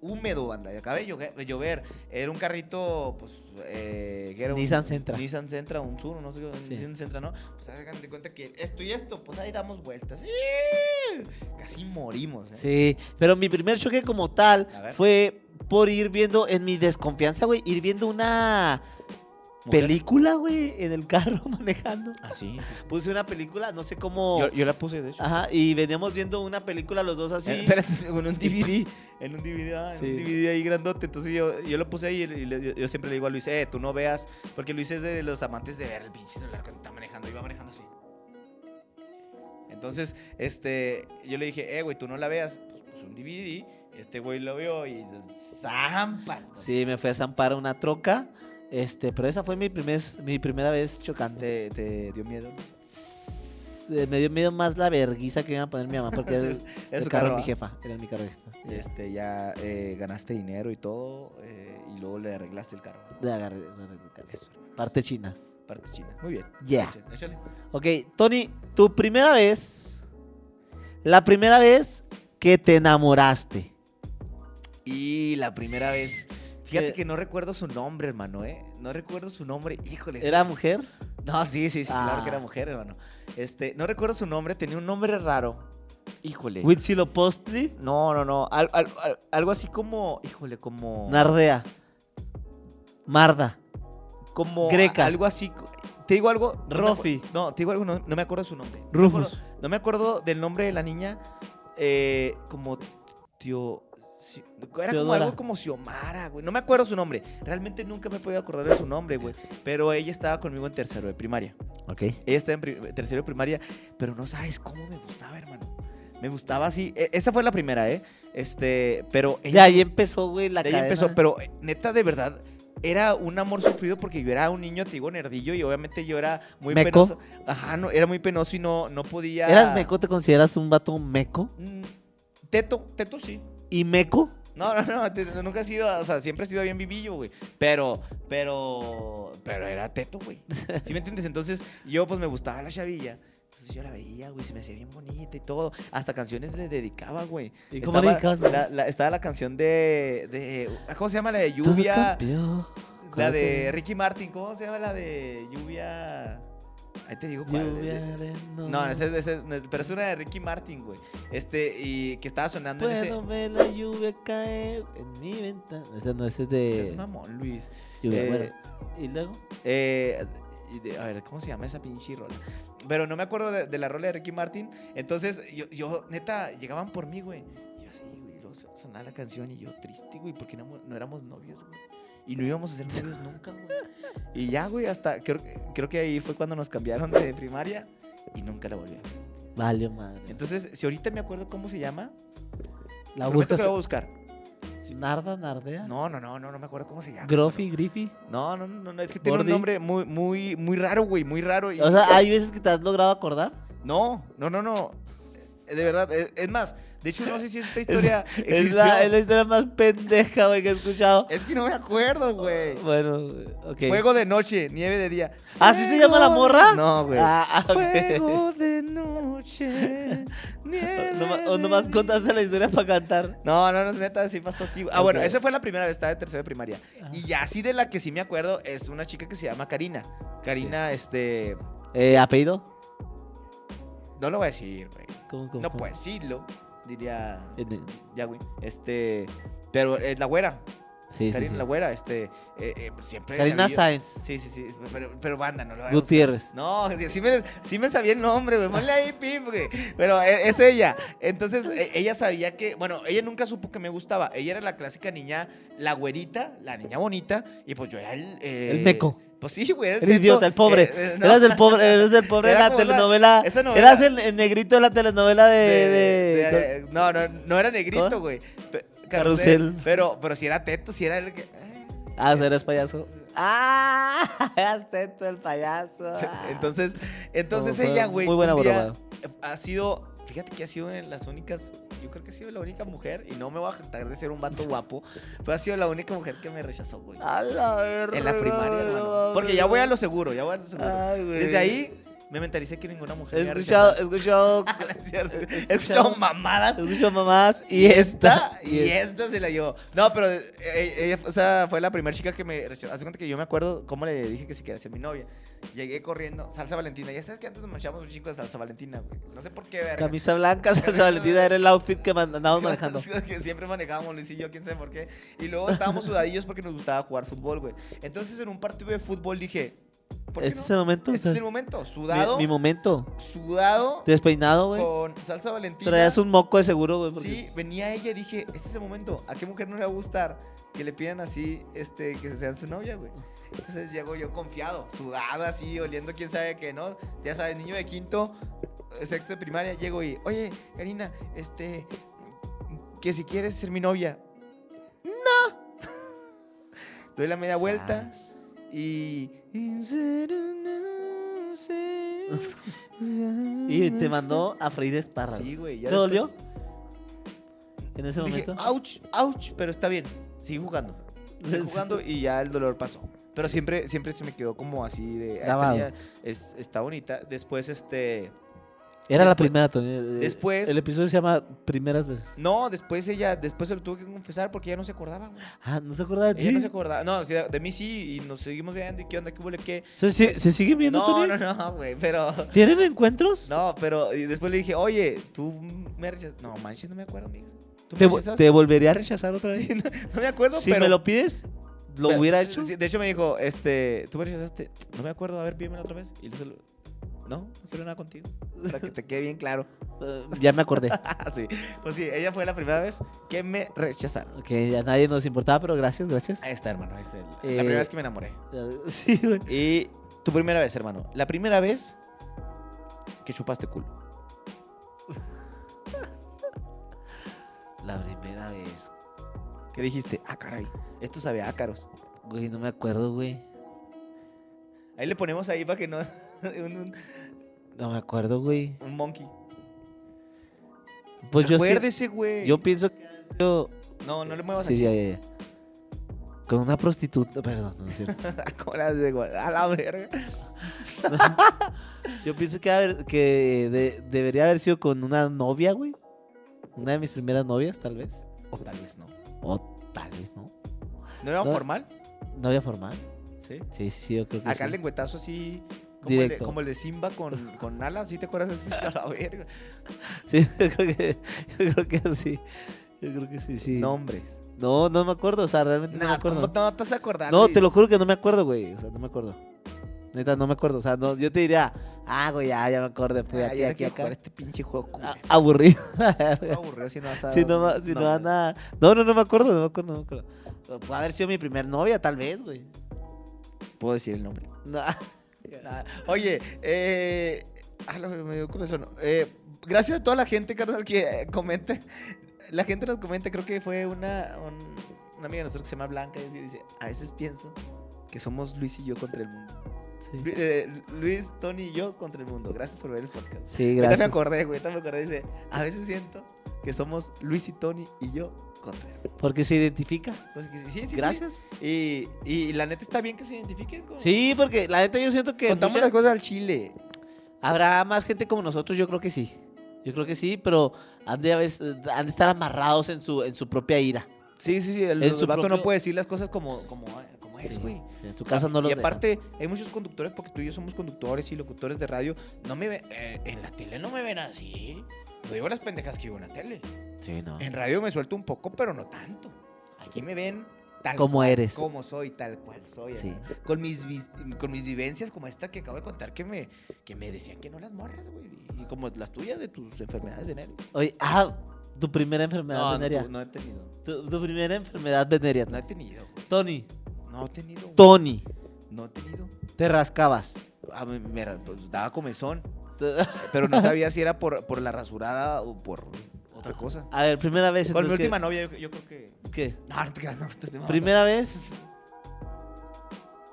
[SPEAKER 1] Húmedo, banda, y acaba de llover- de llover. Era un carrito, pues. Eh, que era un-
[SPEAKER 2] Nissan Sentra.
[SPEAKER 1] Nissan Sentra, un Sur, no sé, un
[SPEAKER 2] Sí.
[SPEAKER 1] Nissan Sentra, ¿no? Pues hagan de cuenta que esto y esto, pues ahí damos vueltas. ¡Sí! Casi morimos, ¿eh?
[SPEAKER 2] Sí, pero mi primer choque como tal
[SPEAKER 1] A ver.
[SPEAKER 2] fue por ir viendo, en mi desconfianza, güey, ir viendo una película, güey, en el carro manejando.
[SPEAKER 1] Así.
[SPEAKER 2] Puse una película, no sé cómo.
[SPEAKER 1] Yo, yo la puse, de hecho.
[SPEAKER 2] Ajá, y veníamos viendo una película los dos así.
[SPEAKER 1] Eh, espérate, en un DVD, en un DVD, ah, en
[SPEAKER 2] Sí.
[SPEAKER 1] un DVD ahí grandote. Entonces yo, yo lo puse ahí y le- yo, yo siempre le digo a Luis, eh, tú no veas, porque Luis es de los amantes de ver el pinche celular cuando está manejando, iba manejando así. Entonces, este, yo le dije, eh, güey, tú no la veas, pues, pues, un DVD, este güey lo vio y zampas.
[SPEAKER 2] Sí, me fui a zampar a una troca. Este, pero esa fue mi, primer, mi primera vez chocante.
[SPEAKER 1] ¿Te, te dio miedo?
[SPEAKER 2] eh, Me dio miedo más la verguiza que me iba a poner mi mamá porque era el,
[SPEAKER 1] Era
[SPEAKER 2] el
[SPEAKER 1] su
[SPEAKER 2] carro de
[SPEAKER 1] carro,
[SPEAKER 2] mi
[SPEAKER 1] ¿ah?
[SPEAKER 2] jefa. Era mi carro de jefa.
[SPEAKER 1] Este, ya eh, ganaste dinero y todo, eh, y luego le arreglaste el carro.
[SPEAKER 2] Le agarré- le agarré el carro.
[SPEAKER 1] Eso,
[SPEAKER 2] Parte chinas.
[SPEAKER 1] parte china. Muy bien.
[SPEAKER 2] Yeah.
[SPEAKER 1] Échale, échale.
[SPEAKER 2] Ok, Tony, tu primera vez. La primera vez que te enamoraste.
[SPEAKER 1] Y la primera vez. Fíjate
[SPEAKER 2] Que-
[SPEAKER 1] que no recuerdo su nombre, hermano, ¿eh? No recuerdo su nombre. Híjole.
[SPEAKER 2] ¿Era mujer?
[SPEAKER 1] No, sí, sí, sí, claro que era
[SPEAKER 2] Ah.
[SPEAKER 1] mujer, hermano. Este, no recuerdo su nombre, tenía un nombre raro. Híjole.
[SPEAKER 2] Huitzilopochtli.
[SPEAKER 1] No, no, no. al- al- al- algo así como. Híjole, como.
[SPEAKER 2] Nardea. Marda.
[SPEAKER 1] como.
[SPEAKER 2] Greca.
[SPEAKER 1] a- Algo así. co- Te digo algo. no me acu-
[SPEAKER 2] Rofi.
[SPEAKER 1] No, te digo algo, no, no me acuerdo su nombre. No me
[SPEAKER 2] Rufus.
[SPEAKER 1] acuerdo- No me acuerdo del nombre de la niña. eh, como tío. si- Era como
[SPEAKER 2] Teodora.
[SPEAKER 1] algo como Xiomara, güey. No me acuerdo su nombre. Realmente nunca me he podido acordar de su nombre, güey. Pero ella estaba conmigo en tercero de primaria.
[SPEAKER 2] Ok.
[SPEAKER 1] Ella estaba en pri- tercero de primaria, pero no sabes cómo me gustaba, hermano. Me gustaba así. E- Esa fue la primera, ¿eh? Este, pero ella.
[SPEAKER 2] Ya ahí empezó, güey, la
[SPEAKER 1] de ahí
[SPEAKER 2] cadena.
[SPEAKER 1] empezó, pero eh, neta, de verdad, era un amor sufrido porque yo era un niño, te digo, nerdillo, y obviamente yo era muy
[SPEAKER 2] Meco.
[SPEAKER 1] penoso. Ajá, no, era muy penoso y no, no podía.
[SPEAKER 2] ¿Eras meco? ¿Te consideras un vato meco?
[SPEAKER 1] Mm, Teto, teto sí.
[SPEAKER 2] ¿Y meco?
[SPEAKER 1] No, no, no, te- nunca he sido, o sea, siempre he sido bien vivillo, güey. Pero, pero, pero era teto, güey. ¿Sí me entiendes? Entonces, yo pues me gustaba la chavilla. Entonces yo la veía, güey, se me hacía bien bonita y todo. Hasta canciones le dedicaba, güey.
[SPEAKER 2] ¿Y cómo le
[SPEAKER 1] Estaba
[SPEAKER 2] dedicabas?
[SPEAKER 1] La, la- estaba la canción de, de, ah, ¿cómo se llama? La de
[SPEAKER 2] Todo
[SPEAKER 1] lluvia.
[SPEAKER 2] cambió.
[SPEAKER 1] La de Ricky Martin, ¿cómo se llama la de lluvia? Ahí te digo cuál. eh,
[SPEAKER 2] Lluvia de
[SPEAKER 1] No, ese- ese- no, pero es una de Ricky Martin, güey. Este, y que estaba sonando en ese...
[SPEAKER 2] Puedo ver la lluvia caer en mi ventana. Ese no, ese es de
[SPEAKER 1] Seas mamón, Luis.
[SPEAKER 2] lluvia.
[SPEAKER 1] Eh,
[SPEAKER 2] bueno. Y luego,
[SPEAKER 1] Eh, y de- a ver, ¿cómo se llama esa pinche rola? Pero no me acuerdo de, de la rola de Ricky Martin. Entonces, yo, yo, neta, llegaban por mí, güey. Y yo así, güey, y luego so- sonaba la canción y yo triste, güey, porque no, no éramos novios, güey. Y no íbamos a ser novios nunca, güey. Y ya, güey, hasta creo, creo que ahí fue cuando nos cambiaron de primaria y nunca la volví a ver.
[SPEAKER 2] vale, madre.
[SPEAKER 1] Entonces, si ahorita me acuerdo cómo se llama,
[SPEAKER 2] la
[SPEAKER 1] prometo
[SPEAKER 2] buscas.
[SPEAKER 1] que la voy a buscar.
[SPEAKER 2] Narda, Nardea.
[SPEAKER 1] No, no, no, no, no me acuerdo cómo se llama.
[SPEAKER 2] Grofi, Griffy.
[SPEAKER 1] No, no, no, no, es que tiene
[SPEAKER 2] Gordi.
[SPEAKER 1] un nombre muy, muy, muy raro, güey, muy raro. Y,
[SPEAKER 2] O sea, hay veces que te has logrado acordar.
[SPEAKER 1] No, no, no, no. Eh, De verdad, eh, es más, de hecho no sé si esta historia
[SPEAKER 2] Es
[SPEAKER 1] existió.
[SPEAKER 2] la, es la historia más pendeja, güey, que he escuchado.
[SPEAKER 1] Es que no me acuerdo, güey.
[SPEAKER 2] Bueno, ok.
[SPEAKER 1] Eh, Fuego de noche, nieve de día.
[SPEAKER 2] ¿Así se llama la
[SPEAKER 1] Fuego-
[SPEAKER 2] morra?
[SPEAKER 1] No, güey.
[SPEAKER 2] Ah, ok.
[SPEAKER 1] Fuego de noche, nieve
[SPEAKER 2] Noma-
[SPEAKER 1] de
[SPEAKER 2] O nomás
[SPEAKER 1] día.
[SPEAKER 2] contaste la historia para cantar.
[SPEAKER 1] No, no, no, neta, sí pasó así. Ah, bueno,
[SPEAKER 2] Ok. Ah.
[SPEAKER 1] esa fue la primera vez, estaba de tercero de primaria. Y ya así de la que sí me acuerdo es una chica que se llama Karina. Karina, este...
[SPEAKER 2] Eh, ¿Apellido?
[SPEAKER 1] No lo voy a decir, güey.
[SPEAKER 2] ¿Cómo, cómo,
[SPEAKER 1] No pues.
[SPEAKER 2] cómo? Eh,
[SPEAKER 1] puedo decirlo, diría...
[SPEAKER 2] En el-
[SPEAKER 1] Ya, güey. Este... Pero es la güera,
[SPEAKER 2] Sí, sí,
[SPEAKER 1] Karina
[SPEAKER 2] sí.
[SPEAKER 1] la güera, este, eh, eh, pues, siempre.
[SPEAKER 2] Karina
[SPEAKER 1] sabía-
[SPEAKER 2] Sáenz.
[SPEAKER 1] Sí, sí, sí, pero, pero banda, no lo vayas a buscar.
[SPEAKER 2] Gutiérrez.
[SPEAKER 1] No, sí, sí me, sí me sabía el nombre, güey. Ponle ahí, pip, güey. Pero e- es ella. Entonces, e- ella sabía que. Bueno, ella nunca supo que me gustaba. Ella era la clásica niña, la güerita, la niña bonita. Y pues yo era el. eh,
[SPEAKER 2] El meco.
[SPEAKER 1] Pues sí, güey.
[SPEAKER 2] El idiota, el pobre.
[SPEAKER 1] eh, eh, no.
[SPEAKER 2] Eras del pobre, eres del pobre de
[SPEAKER 1] Era
[SPEAKER 2] la
[SPEAKER 1] como esa-
[SPEAKER 2] telenovela.
[SPEAKER 1] esa novela-
[SPEAKER 2] Eras el, el negrito de la telenovela de. de-
[SPEAKER 1] de- de- no, no, no era negrito,
[SPEAKER 2] ¿Cómo?
[SPEAKER 1] güey. Pe-
[SPEAKER 2] Carrusel.
[SPEAKER 1] Pero, pero si era teto, si era el que. eh,
[SPEAKER 2] Ah, o sea, eres payaso. ¡Ah! Eras teto el payaso. Ah.
[SPEAKER 1] Entonces, entonces
[SPEAKER 2] Fue
[SPEAKER 1] ella, güey.
[SPEAKER 2] Muy buena
[SPEAKER 1] un día
[SPEAKER 2] broma.
[SPEAKER 1] Ha sido, fíjate que ha sido de las únicas, yo creo que ha sido la única mujer, y no me voy a jactar de ser un vato guapo, pero ha sido la única mujer que me rechazó, güey.
[SPEAKER 2] A la verga.
[SPEAKER 1] En la primaria, hermano. Porque ya voy a lo seguro, ya voy a lo seguro.
[SPEAKER 2] Ay, Ah, güey.
[SPEAKER 1] Ah, Desde ahí, me mentalicé que ninguna mujer
[SPEAKER 2] He
[SPEAKER 1] me iba a
[SPEAKER 2] escuchado, he
[SPEAKER 1] rechazar.
[SPEAKER 2] escuchado,
[SPEAKER 1] Es cierto. He escuchado mamadas.
[SPEAKER 2] he escuchado mamás y esta.
[SPEAKER 1] Y esta se la llevó. No, pero eh, ella, o sea, fue la primera chica que me rechazó. Hace cuenta que yo me acuerdo cómo le dije que si quería ser mi novia. Llegué corriendo, salsa valentina. Ya sabes que antes nos manchamos un chico de salsa valentina, güey. No sé por qué, verga.
[SPEAKER 2] Camisa blanca, salsa valentina, era el outfit que man- andábamos manejando.
[SPEAKER 1] que siempre manejábamos Luis y yo, quién sabe por qué. Y luego estábamos sudadillos porque nos gustaba jugar fútbol, güey. Entonces en un partido de fútbol dije, ¿por qué
[SPEAKER 2] Este
[SPEAKER 1] no?
[SPEAKER 2] es el momento. o
[SPEAKER 1] Este
[SPEAKER 2] sea,
[SPEAKER 1] es el momento. Sudado,
[SPEAKER 2] mi, mi momento.
[SPEAKER 1] sudado
[SPEAKER 2] Despeinado, güey.
[SPEAKER 1] con salsa valentina.
[SPEAKER 2] Traías un moco de seguro, güey. porque-
[SPEAKER 1] Sí, venía ella y dije, este es el momento, ¿a qué mujer no le va a gustar que le pidan así, este, que sean su novia, güey? Entonces llego yo confiado, sudado así, oliendo quién sabe qué, ¿no? Ya sabes, niño de quinto, eh, sexto de primaria, llego y, oye, Karina, este, que si quieres ser mi novia. No. Doy la media vuelta
[SPEAKER 2] Sas.
[SPEAKER 1] y...
[SPEAKER 2] Y te mandó a freír espárragos.
[SPEAKER 1] Sí, güey. ya
[SPEAKER 2] ¿Te
[SPEAKER 1] después-
[SPEAKER 2] dolió? En ese
[SPEAKER 1] Dije,
[SPEAKER 2] momento.
[SPEAKER 1] ouch, ouch, pero está bien. Seguí jugando.
[SPEAKER 2] Pues,
[SPEAKER 1] Seguí jugando y ya el dolor pasó. Pero siempre, siempre se me quedó como así de. "Ah, Esta
[SPEAKER 2] Grabado.
[SPEAKER 1] niña es, está bonita. Después, este.
[SPEAKER 2] Era la
[SPEAKER 1] Después-
[SPEAKER 2] primera, Tony. El-
[SPEAKER 1] después- Mm.
[SPEAKER 2] El episodio se llama Primeras veces.
[SPEAKER 1] No, después ella. Después se lo tuve que confesar porque ella no se acordaba, güey.
[SPEAKER 2] Ah, ¿no se acuerda de ti?
[SPEAKER 1] Ella no se acordaba. No, sí, de, de mí sí. Y nos seguimos viendo. ¿Y qué onda? ¿Qué huele? ¿Qué?
[SPEAKER 2] ¿Se, si- se siguen viendo,
[SPEAKER 1] No,
[SPEAKER 2] Tony?
[SPEAKER 1] no, no, güey. Pero.
[SPEAKER 2] ¿Tienen encuentros?
[SPEAKER 1] No, pero. Y después le dije, oye, tú me rechazaste. No, manches, no me acuerdo, mix. ¿Tú
[SPEAKER 2] ¿Te,
[SPEAKER 1] me
[SPEAKER 2] vo-
[SPEAKER 1] rechazaste?
[SPEAKER 2] te volvería a rechazar otra vez?
[SPEAKER 1] Sí, no, no me acuerdo,
[SPEAKER 2] si
[SPEAKER 1] pero.
[SPEAKER 2] me lo pides, lo
[SPEAKER 1] Pero,
[SPEAKER 2] hubiera hecho.
[SPEAKER 1] sí, De hecho, me dijo, este, tú me rechazaste. No me acuerdo, a ver, pídemela otra vez. Y yo solo, no, no quiero nada contigo. Para que te quede bien claro.
[SPEAKER 2] Eh, ya me acordé.
[SPEAKER 1] sí. Pues sí, ella fue la primera vez que me rechazaron.
[SPEAKER 2] que a nadie nos importaba, pero gracias, gracias.
[SPEAKER 1] Ahí está, hermano. Ahí está el-
[SPEAKER 2] Eh,
[SPEAKER 1] La primera vez que me enamoré.
[SPEAKER 2] Eh, Sí, güey.
[SPEAKER 1] Y tu primera vez, hermano. La primera vez que chupaste culo.
[SPEAKER 2] La primera vez.
[SPEAKER 1] Que dijiste, ah, caray, esto sabe a ácaros.
[SPEAKER 2] Güey, no me acuerdo, güey.
[SPEAKER 1] Ahí le ponemos ahí para que no. un, un-
[SPEAKER 2] No me acuerdo, güey.
[SPEAKER 1] un monkey.
[SPEAKER 2] Pues yo sí.
[SPEAKER 1] Acuérdese, güey.
[SPEAKER 2] Yo pienso que ha sido-
[SPEAKER 1] No, no le muevas
[SPEAKER 2] Sí,
[SPEAKER 1] aquí.
[SPEAKER 2] ya, ya, ya. Con una prostituta, perdón, no es cierto.
[SPEAKER 1] Con las de Guad- A la verga.
[SPEAKER 2] Yo pienso que, haber- que de- debería haber sido con una novia, güey. Una de mis primeras novias, tal vez.
[SPEAKER 1] O tal vez no.
[SPEAKER 2] O tal vez, ¿no?
[SPEAKER 1] ¿No era
[SPEAKER 2] No.
[SPEAKER 1] formal?
[SPEAKER 2] Novia formal.
[SPEAKER 1] Sí.
[SPEAKER 2] Sí, sí, sí, yo creo que
[SPEAKER 1] Acá
[SPEAKER 2] sí.
[SPEAKER 1] el lengüetazo así. Como El de,
[SPEAKER 2] Directo.
[SPEAKER 1] como el de Simba con, con Nala, ¿sí te acuerdas de ese a la verga?
[SPEAKER 2] Sí, yo creo que, yo creo que sí. Yo creo que sí, sí.
[SPEAKER 1] Nombres.
[SPEAKER 2] no, no me acuerdo, o sea, realmente no me
[SPEAKER 1] Nah,
[SPEAKER 2] acuerdo.
[SPEAKER 1] ¿cómo te no te vas a acordar?
[SPEAKER 2] No,
[SPEAKER 1] Luis?
[SPEAKER 2] te lo juro que no me acuerdo, güey. O sea, no me acuerdo. Neta, no me acuerdo. O sea, no, yo te diría, ah, güey, ya, ya me acordé. Fui
[SPEAKER 1] Ah,
[SPEAKER 2] aquí,
[SPEAKER 1] ya no
[SPEAKER 2] aquí,
[SPEAKER 1] quiero
[SPEAKER 2] acá.
[SPEAKER 1] jugar este pinche juego culero.
[SPEAKER 2] A- aburrido.
[SPEAKER 1] Está aburrido si no vas a.
[SPEAKER 2] si no, va- si no, va nada. No, no, no me acuerdo, no me acuerdo, no me acuerdo. Puede haber sido mi primer novia, tal vez, güey.
[SPEAKER 1] Puedo decir el nombre.
[SPEAKER 2] No.
[SPEAKER 1] Ah, Oye, eh. ah, lo- me dio comezón. Eh, gracias a toda la gente, carnal, que eh, comente. La gente nos comenta, creo que fue una, un- una amiga de nosotros que se llama Blanca y dice: A veces pienso que somos Luis y yo contra el mundo. Lu-
[SPEAKER 2] Sí,
[SPEAKER 1] eh, Luis, Tony y yo contra el mundo. Gracias por ver el podcast.
[SPEAKER 2] Sí,
[SPEAKER 1] Ahorita me
[SPEAKER 2] gracias.
[SPEAKER 1] acordé, güey. ahorita me acordé. Dice, a veces siento que somos Luis y Tony y yo contra el mundo.
[SPEAKER 2] Porque se identifica.
[SPEAKER 1] Pues que sí, sí, sí.
[SPEAKER 2] gracias.
[SPEAKER 1] Y, y la neta está bien que se identifiquen con...
[SPEAKER 2] Sí, porque la neta yo siento que
[SPEAKER 1] Contamos
[SPEAKER 2] mucha-
[SPEAKER 1] las cosas al chile.
[SPEAKER 2] habrá más gente como nosotros, yo creo que sí. Yo creo que sí, pero han de, haber- han de estar amarrados en su, en su propia ira.
[SPEAKER 1] Sí, sí, sí. El,
[SPEAKER 2] En
[SPEAKER 1] el
[SPEAKER 2] su
[SPEAKER 1] vato no
[SPEAKER 2] propio-
[SPEAKER 1] puede decir las cosas como, como, como es,
[SPEAKER 2] Sí,
[SPEAKER 1] güey.
[SPEAKER 2] sí, En su casa no los
[SPEAKER 1] Y
[SPEAKER 2] dejan.
[SPEAKER 1] aparte, hay muchos conductores, porque tú y yo somos conductores y locutores de radio. No me ven- eh, en la tele no me ven así. No digo las pendejas que digo en la tele.
[SPEAKER 2] Sí, no.
[SPEAKER 1] En radio me suelto un poco, pero no tanto. Aquí me ven tal
[SPEAKER 2] Como eres.
[SPEAKER 1] como soy, tal cual soy.
[SPEAKER 2] Sí.
[SPEAKER 1] ¿verdad? Con, mis, vis- con mis vivencias como esta que acabo de contar que me, que me decían que no las morras, güey. Y como las tuyas de tus enfermedades venéreas.
[SPEAKER 2] Oye, ah, tu primera enfermedad venérea.
[SPEAKER 1] tu- no he tenido.
[SPEAKER 2] Tu, tu primera enfermedad venérea.
[SPEAKER 1] No he tenido, güey.
[SPEAKER 2] Tony,
[SPEAKER 1] No he tenido. güey.
[SPEAKER 2] Tony,
[SPEAKER 1] No he tenido.
[SPEAKER 2] te rascabas.
[SPEAKER 1] Ah, me- me ra- pues, daba comezón.
[SPEAKER 2] Te-
[SPEAKER 1] Pero no sabía si era por, por la rasurada o por otra cosa.
[SPEAKER 2] A ver, primera vez.
[SPEAKER 1] Con mi
[SPEAKER 2] entonces,
[SPEAKER 1] última novia, yo, yo creo que.
[SPEAKER 2] ¿qué? ¿Qué?
[SPEAKER 1] No, no te creas, no. te estoy mamando.
[SPEAKER 2] Primera vez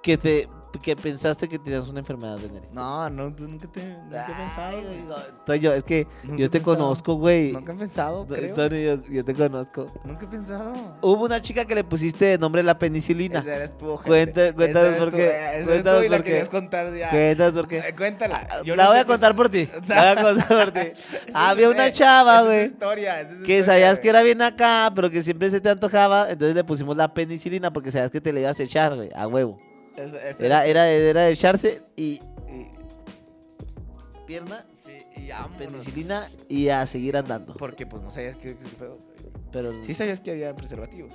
[SPEAKER 2] que te que pensaste que tenías una enfermedad venérea?
[SPEAKER 1] No, no, pues nunca te nunca he pensado,
[SPEAKER 2] Ay,
[SPEAKER 1] güey.
[SPEAKER 2] no, Entonces yo, es que
[SPEAKER 1] Nunca
[SPEAKER 2] yo
[SPEAKER 1] he
[SPEAKER 2] te
[SPEAKER 1] pensado.
[SPEAKER 2] conozco, güey.
[SPEAKER 1] Nunca he pensado, creo.
[SPEAKER 2] Tony, yo, yo te conozco.
[SPEAKER 1] Nunca he pensado.
[SPEAKER 2] Hubo una chica que le pusiste de nombre la penicilina.
[SPEAKER 1] Esa eres tú, ojete.
[SPEAKER 2] Cuenta-
[SPEAKER 1] Esa
[SPEAKER 2] cuéntanos
[SPEAKER 1] eres
[SPEAKER 2] por
[SPEAKER 1] tú,
[SPEAKER 2] qué,
[SPEAKER 1] eh, esa eres tú
[SPEAKER 2] cuéntanos
[SPEAKER 1] y la
[SPEAKER 2] por qué.
[SPEAKER 1] querías contar ya.
[SPEAKER 2] ¿Cuentas por qué? Ah,
[SPEAKER 1] Eh, Cuéntala. yo
[SPEAKER 2] la
[SPEAKER 1] no
[SPEAKER 2] voy
[SPEAKER 1] sé
[SPEAKER 2] a contar por ti. La voy a contar por ti.
[SPEAKER 1] qué-
[SPEAKER 2] Había una
[SPEAKER 1] Eh,
[SPEAKER 2] chava,
[SPEAKER 1] esa
[SPEAKER 2] güey,
[SPEAKER 1] Es historia, esa es
[SPEAKER 2] que
[SPEAKER 1] historia,
[SPEAKER 2] sabías
[SPEAKER 1] güey.
[SPEAKER 2] que era bien acá, pero que siempre se te antojaba, entonces le pusimos la penicilina porque sabías que te la ibas a echar, güey, a huevo.
[SPEAKER 1] Esa- esa-
[SPEAKER 2] Era, era, era de echarse y, y- pierna,
[SPEAKER 1] Sí, y vámonos.
[SPEAKER 2] penicilina y a seguir andando.
[SPEAKER 1] Porque pues no sabías qué, qué- qué pedo.
[SPEAKER 2] Pero
[SPEAKER 1] Sí sabías que había preservativos.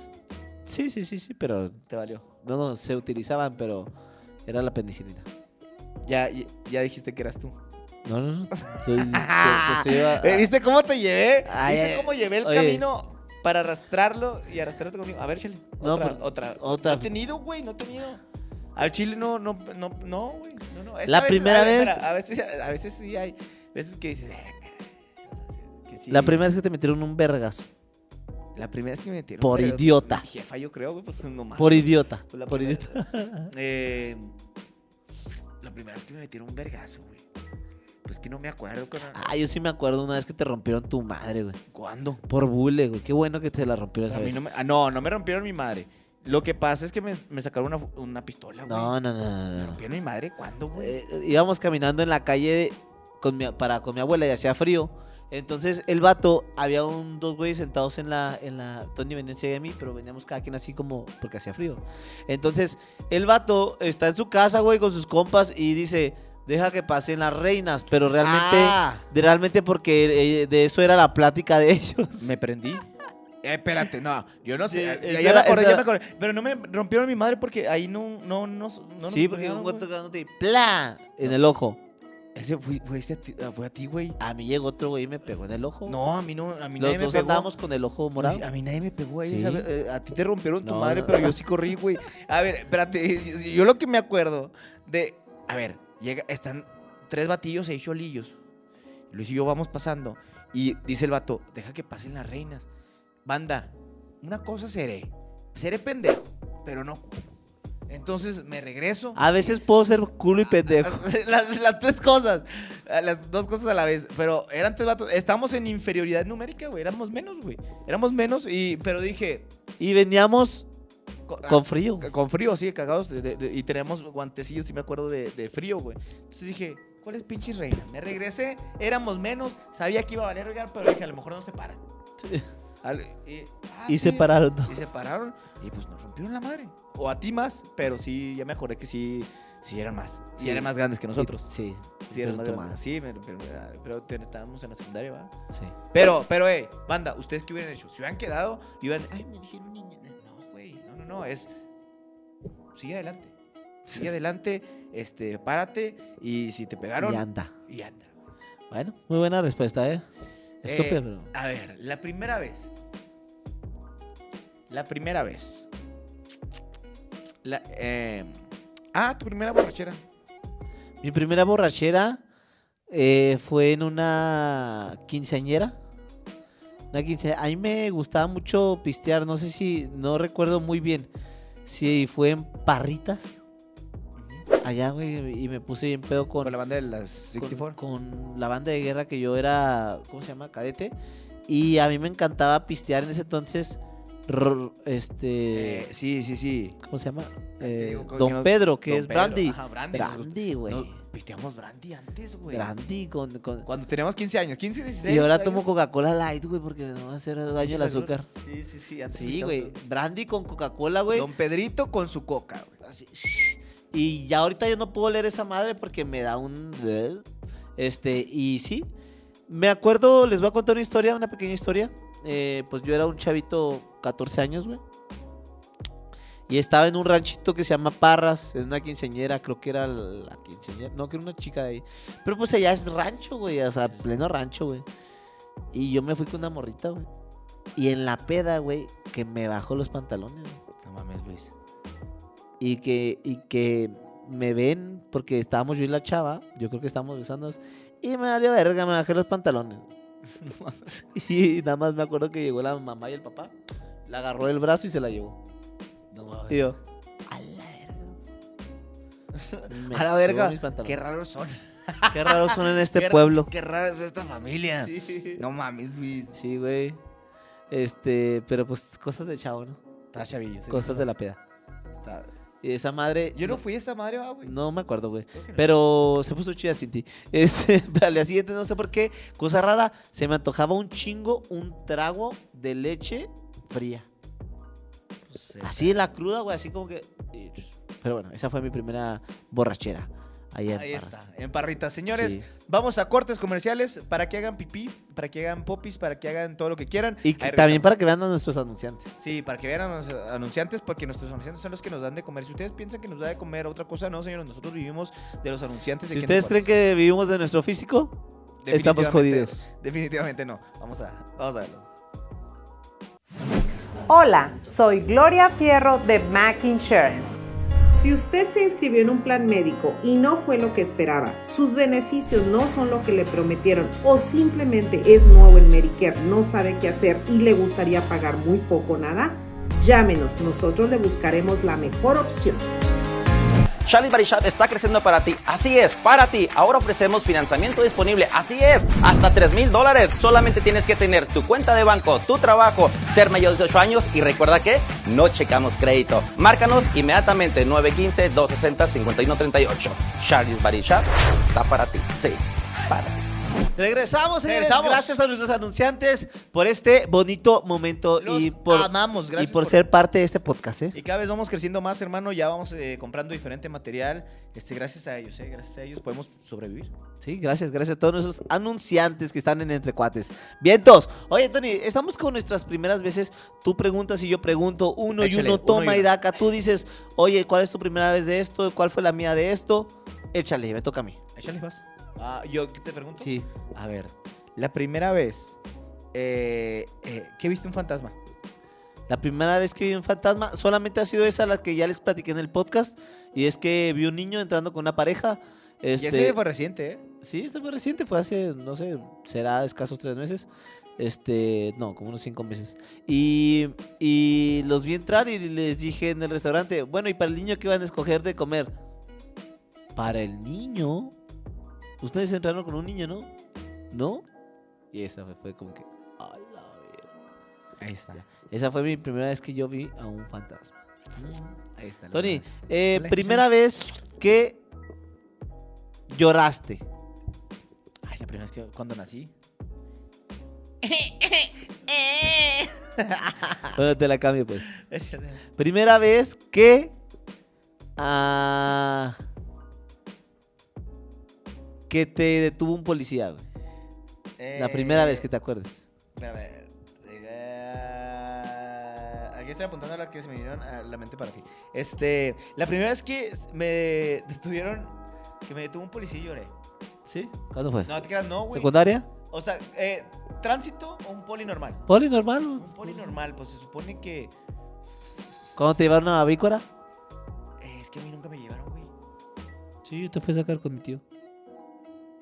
[SPEAKER 2] sí, sí, sí, sí, pero te valió. No, no, se utilizaban, pero era la penicilina.
[SPEAKER 1] Ya, ya, ya dijiste que eras tú.
[SPEAKER 2] No, no, no. estoy- te- te estoy a-
[SPEAKER 1] Eh, ¿Viste cómo te llevé?
[SPEAKER 2] Ay,
[SPEAKER 1] ¿Viste
[SPEAKER 2] ay,
[SPEAKER 1] cómo llevé el
[SPEAKER 2] oye.
[SPEAKER 1] camino para arrastrarlo y arrastrarte conmigo? A ver, Chile.
[SPEAKER 2] No,
[SPEAKER 1] otra,
[SPEAKER 2] pero-
[SPEAKER 1] otra.
[SPEAKER 2] otra.
[SPEAKER 1] No he tenido, güey, no he tenido. Al Chile no, no, no, no, güey. No, no. Es
[SPEAKER 2] La
[SPEAKER 1] que a veces-
[SPEAKER 2] primera
[SPEAKER 1] a ver,
[SPEAKER 2] vez-
[SPEAKER 1] espera, A veces, a veces sí hay veces que dices... "Ah, "Verga", que sí.
[SPEAKER 2] La primera vez que te metieron un vergazo.
[SPEAKER 1] La primera vez que me metieron.
[SPEAKER 2] Por
[SPEAKER 1] pero
[SPEAKER 2] idiota.
[SPEAKER 1] mi jefa, yo creo, güey, pues no mames.
[SPEAKER 2] Por idiota.
[SPEAKER 1] Pues la
[SPEAKER 2] Por
[SPEAKER 1] primera-
[SPEAKER 2] idiota.
[SPEAKER 1] Eh, la primera vez que me metieron un vergazo, güey. Pues que no me acuerdo, carnal.
[SPEAKER 2] Ah, yo sí me acuerdo una vez que te rompieron tu madre, güey.
[SPEAKER 1] ¿Cuándo?
[SPEAKER 2] Por bule, güey. Qué bueno que te la rompieron esa
[SPEAKER 1] A mí
[SPEAKER 2] vez.
[SPEAKER 1] no, me, ah, no, no me rompieron mi madre. Lo que pasa es que me, me sacaron una, fu- una pistola, güey.
[SPEAKER 2] No, no, no, no,
[SPEAKER 1] ¿Me
[SPEAKER 2] no, no.
[SPEAKER 1] rompieron mi madre? ¿Cuándo, güey?
[SPEAKER 2] Eh, íbamos caminando en la calle con mi- para con mi abuela y hacía frío. Entonces el vato, había un, dos güeyes sentados en la, en la. Tony venía encima de mí, pero veníamos cada quien así como. Porque hacía frío. Entonces, el vato está en su casa, güey, con sus compas y dice. Deja que pasen las reinas, pero realmente.
[SPEAKER 1] Ah,
[SPEAKER 2] de- Realmente porque eh, de eso era la plática de ellos.
[SPEAKER 1] me prendí. Eh, espérate, no, yo no sé.
[SPEAKER 2] Sí,
[SPEAKER 1] ya-
[SPEAKER 2] esa
[SPEAKER 1] ya,
[SPEAKER 2] era-
[SPEAKER 1] me acordé,
[SPEAKER 2] esa-
[SPEAKER 1] ya me acordé. Pero no me rompieron mi madre porque ahí no, no, no, no
[SPEAKER 2] sí,
[SPEAKER 1] nos
[SPEAKER 2] porque
[SPEAKER 1] pelearon,
[SPEAKER 2] un
[SPEAKER 1] güey.
[SPEAKER 2] gato cagándote y ¡plá! En el ojo.
[SPEAKER 1] Ese fui- fuiste a ti- ah, fue a ti, güey.
[SPEAKER 2] A mí llegó otro güey y me pegó en el ojo.
[SPEAKER 1] No, a mí no, a mí nadie
[SPEAKER 2] Los
[SPEAKER 1] me
[SPEAKER 2] dos
[SPEAKER 1] pegó.
[SPEAKER 2] andábamos con el ojo morado.
[SPEAKER 1] Pues Sí, A mí nadie me pegó ahí.
[SPEAKER 2] Sí.
[SPEAKER 1] ¿sabe? Eh, a ti te rompieron tu
[SPEAKER 2] No,
[SPEAKER 1] madre,
[SPEAKER 2] no.
[SPEAKER 1] pero yo sí corrí, güey. A ver, espérate. Yo lo que me acuerdo de. A ver, llega, están tres batillos, seis cholillos. Luis y yo vamos pasando. Y dice el vato: Deja que pasen las reinas. Banda, una cosa seré. Seré pendejo, pero no. culo". Entonces me regreso.
[SPEAKER 2] A veces puedo ser culo y pendejo.
[SPEAKER 1] Las, las tres cosas. Las dos cosas a la vez. Pero eran tres vatos. Estábamos en inferioridad numérica, güey. Éramos menos, güey. Éramos menos. Y, pero dije.
[SPEAKER 2] Y veníamos
[SPEAKER 1] co- ah,
[SPEAKER 2] con frío.
[SPEAKER 1] Con, frío, así, cagados. de- de- de- y teníamos guantecillos, si me acuerdo, de, de frío, güey. Entonces dije, ¿cuál es pinche reina? Me regresé, éramos menos. Sabía que iba a valer regar, pero dije, a lo mejor no se para.
[SPEAKER 2] Sí.
[SPEAKER 1] Al- y, ah,
[SPEAKER 2] Y
[SPEAKER 1] sí.
[SPEAKER 2] se pararon. ¿no?
[SPEAKER 1] Y se pararon. Y pues nos rompieron la madre. O a ti más, pero sí, ya me acordé que sí. Sí, eran más.
[SPEAKER 2] Sí.
[SPEAKER 1] Sí, eran más grandes que nosotros.
[SPEAKER 2] Sí.
[SPEAKER 1] Sí, era más
[SPEAKER 2] pero tu
[SPEAKER 1] grande.
[SPEAKER 2] madre.
[SPEAKER 1] Sí, me- pero, pero, te- estábamos en la secundaria, ¿va?
[SPEAKER 2] Sí.
[SPEAKER 1] Pero, pero, eh, banda, ¿ustedes qué hubieran hecho? Si hubieran quedado y hubieran, ay, me dijeron niña. No, güey, no, no, no, es. Sigue adelante. Sigue adelante, este, párate y si te pegaron,
[SPEAKER 2] Y anda.
[SPEAKER 1] y anda.
[SPEAKER 2] Bueno, muy buena respuesta, ¿eh? Estúpido,
[SPEAKER 1] Eh,
[SPEAKER 2] pero.
[SPEAKER 1] A ver, la primera vez. La primera vez. La, eh, ah, tu primera borrachera.
[SPEAKER 2] Mi primera borrachera eh, fue en una quinceañera. Una quinceañera. A mí me gustaba mucho pistear. No sé si, no recuerdo muy bien si fue en Parritas, allá, güey, y me puse bien pedo con,
[SPEAKER 1] Con la banda de las
[SPEAKER 2] con-
[SPEAKER 1] 64.
[SPEAKER 2] con la banda de guerra que yo era, ¿cómo se llama? Cadete. Y a mí me encantaba pistear en ese entonces. rr- Este.
[SPEAKER 1] Eh, sí, sí, sí.
[SPEAKER 2] ¿Cómo se llama?
[SPEAKER 1] te
[SPEAKER 2] Eh,
[SPEAKER 1] digo, creo
[SPEAKER 2] Don
[SPEAKER 1] que no-
[SPEAKER 2] Pedro, que
[SPEAKER 1] Don
[SPEAKER 2] es
[SPEAKER 1] Pedro,
[SPEAKER 2] Brandy.
[SPEAKER 1] ajá, Brandy. nos gust-
[SPEAKER 2] Brandy, güey.
[SPEAKER 1] no, pisteamos Brandy antes, güey.
[SPEAKER 2] Brandy con- con,
[SPEAKER 1] Cuando teníamos 15 años, 15, 16.
[SPEAKER 2] Y ahora
[SPEAKER 1] años.
[SPEAKER 2] tomo Coca-Cola Light, güey, porque me va a hacer daño el azúcar.
[SPEAKER 1] Sí, sí, sí. antes
[SPEAKER 2] Sí,
[SPEAKER 1] pisteamos
[SPEAKER 2] güey.
[SPEAKER 1] todo.
[SPEAKER 2] Brandy con Coca-Cola, güey. Ah,
[SPEAKER 1] Don Pedrito con su coca, güey.
[SPEAKER 2] Así. Y ya ahorita yo no puedo leer esa madre porque me da un... Este, y sí. Me acuerdo, les voy a contar una historia, una pequeña historia. Eh, pues yo era un chavito, 14 años, güey. Y estaba en un ranchito que se llama Parras, en una quinceñera, creo que era la quinceñera, no, que era una chica de ahí. Pero pues allá es rancho, güey, o sea, pleno rancho, güey. Y yo me fui con una morrita, güey. Y en la peda, güey, que me bajó los pantalones, güey
[SPEAKER 1] No mames, Luis.
[SPEAKER 2] y que, y que me ven porque estábamos yo y la chava, yo creo que estábamos besándonos, y me valió verga, me bajé los pantalones. y nada más me acuerdo que llegó la mamá y el papá, la agarró el brazo y se la llevó.
[SPEAKER 1] No
[SPEAKER 2] Y
[SPEAKER 1] mames.
[SPEAKER 2] yo, a la verga. Me
[SPEAKER 3] a la
[SPEAKER 2] subo
[SPEAKER 3] verga.
[SPEAKER 2] mis pantalones.
[SPEAKER 3] Qué raros son.
[SPEAKER 2] Qué raros son en este
[SPEAKER 3] Qué ra-
[SPEAKER 2] pueblo.
[SPEAKER 3] Qué rara es esta familia.
[SPEAKER 1] Sí.
[SPEAKER 3] No mames, Luis.
[SPEAKER 2] Sí, güey. Este, pero pues cosas de chavo, ¿no?
[SPEAKER 3] Está chavillo. sí,
[SPEAKER 2] Cosas
[SPEAKER 3] sí,
[SPEAKER 2] de la peda.
[SPEAKER 3] está-
[SPEAKER 2] Y esa madre.
[SPEAKER 3] Yo no fui a esa madre, va, güey.
[SPEAKER 2] No me acuerdo, güey.
[SPEAKER 1] Creo que no.
[SPEAKER 2] Pero se puso chida Cinti. Este, al día siguiente, no sé por qué, cosa rara, se me antojaba un chingo, un trago de leche fría.
[SPEAKER 3] Pues, eh,
[SPEAKER 2] Así en la cruda, güey, así como que. Pero bueno, esa fue mi primera borrachera. Ahí, en
[SPEAKER 1] Ahí
[SPEAKER 2] Parras.
[SPEAKER 1] está, en parritas. Señores,
[SPEAKER 2] Sí.
[SPEAKER 1] vamos a cortes comerciales para que hagan pipí, para que hagan popis, para que hagan todo lo que quieran.
[SPEAKER 2] Y
[SPEAKER 1] Ahí
[SPEAKER 2] que-
[SPEAKER 1] regresamos.
[SPEAKER 2] también para que vean a nuestros anunciantes.
[SPEAKER 1] Sí, para que vean a los anunciantes, porque nuestros anunciantes son los que nos dan de comer. Si ustedes piensan que nos da de comer otra cosa, no, señores, nosotros vivimos de los anunciantes.
[SPEAKER 2] Si ustedes creen que vivimos de nuestro físico, estamos jodidos.
[SPEAKER 1] Definitivamente no. Vamos a, vamos a verlo.
[SPEAKER 4] Hola, soy Gloria Fierro de Mac Insurance.
[SPEAKER 5] Si usted se inscribió en un plan médico y no fue lo que esperaba, sus beneficios no son lo que le prometieron o simplemente es nuevo en Medicare, no sabe qué hacer y le gustaría pagar muy poco o nada, llámenos, nosotros le buscaremos la mejor opción.
[SPEAKER 6] Charlie Body Shop está creciendo para ti. Así es, para ti. Ahora ofrecemos financiamiento disponible. Así es, hasta 3 mil dólares. Solamente tienes que tener tu cuenta de banco, tu trabajo, ser mayor de 8 años y recuerda que no checamos crédito. Márcanos inmediatamente 915-260-5138. Charlie's Body Shop está para ti. Sí, para ti.
[SPEAKER 2] Regresamos, señores.
[SPEAKER 1] Regresamos.
[SPEAKER 2] Gracias a nuestros anunciantes por este bonito momento
[SPEAKER 1] Los
[SPEAKER 2] y por,
[SPEAKER 1] amamos,
[SPEAKER 2] y
[SPEAKER 1] gracias.
[SPEAKER 2] por ser parte de este podcast, ¿eh?
[SPEAKER 1] Y cada vez vamos creciendo más, hermano. Ya vamos eh, comprando diferente material. Este, gracias a ellos, eh, gracias a ellos podemos sobrevivir.
[SPEAKER 2] Sí, gracias, gracias a todos esos anunciantes que están en Entre Cuates. Vientos. Oye, Tony, estamos con nuestras primeras veces. Tú preguntas y yo pregunto. Uno y
[SPEAKER 1] Échale,
[SPEAKER 2] uno
[SPEAKER 1] uno y
[SPEAKER 2] toma y
[SPEAKER 1] uno.
[SPEAKER 2] daca. Tú dices, oye, ¿cuál es tu primera vez de esto? ¿Cuál fue la mía de esto? Échale, me toca a mí.
[SPEAKER 1] Échale, vas. Ah, yo te pregunto.
[SPEAKER 2] Sí.
[SPEAKER 1] A ver, la primera vez eh, eh, que viste un fantasma.
[SPEAKER 2] La primera vez que vi un fantasma solamente ha sido esa la que ya les platiqué en el podcast. Y es que vi un niño entrando con una pareja. Este,
[SPEAKER 1] Y ese fue reciente, ¿eh?
[SPEAKER 2] Sí, este fue reciente, fue hace, no sé, será escasos tres meses. Este, no, como unos cinco meses. Y, y los vi entrar y les dije en el restaurante, bueno, ¿y para el niño qué van a escoger de comer? Para el niño. Ustedes entraron con un niño, ¿no? ¿No? Y esa fue, fue como que... "A la verga".
[SPEAKER 1] Ahí está.
[SPEAKER 2] Esa fue mi primera vez que yo vi a un fantasma.
[SPEAKER 1] Ahí está. la
[SPEAKER 2] Tony,
[SPEAKER 1] primera vez.
[SPEAKER 2] eh,
[SPEAKER 1] Chale,
[SPEAKER 2] primera vez que lloraste.
[SPEAKER 1] Ay, la primera vez que cuando nací.
[SPEAKER 2] Bueno, te la cambio pues. Primera vez que. ah, que te detuvo un policía, güey. La primera vez que te acuerdes.
[SPEAKER 1] Espérame. eh, Aquí estoy apuntando a las que se me vinieron a la mente para ti. Este, la primera vez que s- me detuvieron, que me detuvo un policía y lloré.
[SPEAKER 2] ¿Sí? ¿Cuándo fue?
[SPEAKER 1] No, te creas, no, güey.
[SPEAKER 2] ¿Secundaria?
[SPEAKER 1] O sea, eh, tránsito o un poli normal.
[SPEAKER 2] ¿Poli normal?
[SPEAKER 1] Un poli normal, pues se supone que.
[SPEAKER 2] ¿Cuándo te llevaron a Vícora?
[SPEAKER 1] eh, es que a mí nunca me llevaron, güey.
[SPEAKER 2] Sí, yo te fui a sacar con mi tío.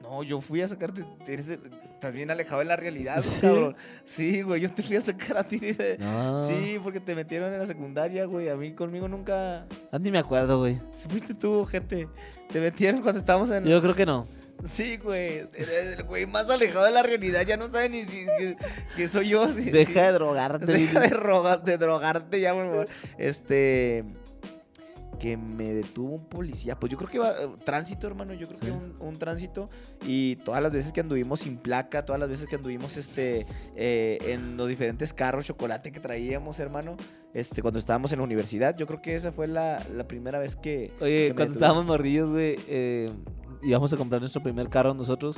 [SPEAKER 1] No, yo fui a sacarte. Eres, eh, estás bien alejado de la realidad,
[SPEAKER 2] ¿Sí?
[SPEAKER 1] cabrón. Sí, güey, yo te fui a sacar a ti de.
[SPEAKER 2] No. Sí.
[SPEAKER 1] Sí, porque te metieron en la secundaria, güey. A mí conmigo nunca.
[SPEAKER 2] Ah, Ni me acuerdo, güey.
[SPEAKER 1] Si fuiste tú, gente. Te metieron cuando estábamos en.
[SPEAKER 2] Yo creo que no.
[SPEAKER 1] Sí, güey. Eres el güey más alejado de la realidad. Ya no sabe ni si, que, que soy yo. sí, sí.
[SPEAKER 2] Deja de drogarte.
[SPEAKER 1] Deja de,
[SPEAKER 2] Lili.
[SPEAKER 1] roga- de drogarte ya, por favor. Este. Que me detuvo un policía. Pues yo creo que va. eh, Tránsito, hermano. Yo creo
[SPEAKER 2] Sí.
[SPEAKER 1] que un, un tránsito. Y todas las veces que anduvimos sin placa, todas las veces que anduvimos este, eh, en los diferentes carros, chocolate que traíamos, hermano. Este, cuando estábamos en la universidad, yo creo que esa fue la, la primera vez que. que
[SPEAKER 2] Oye,
[SPEAKER 1] me
[SPEAKER 2] cuando
[SPEAKER 1] detuvieron.
[SPEAKER 2] estábamos morrillos, güey, eh, íbamos a comprar nuestro primer carro nosotros.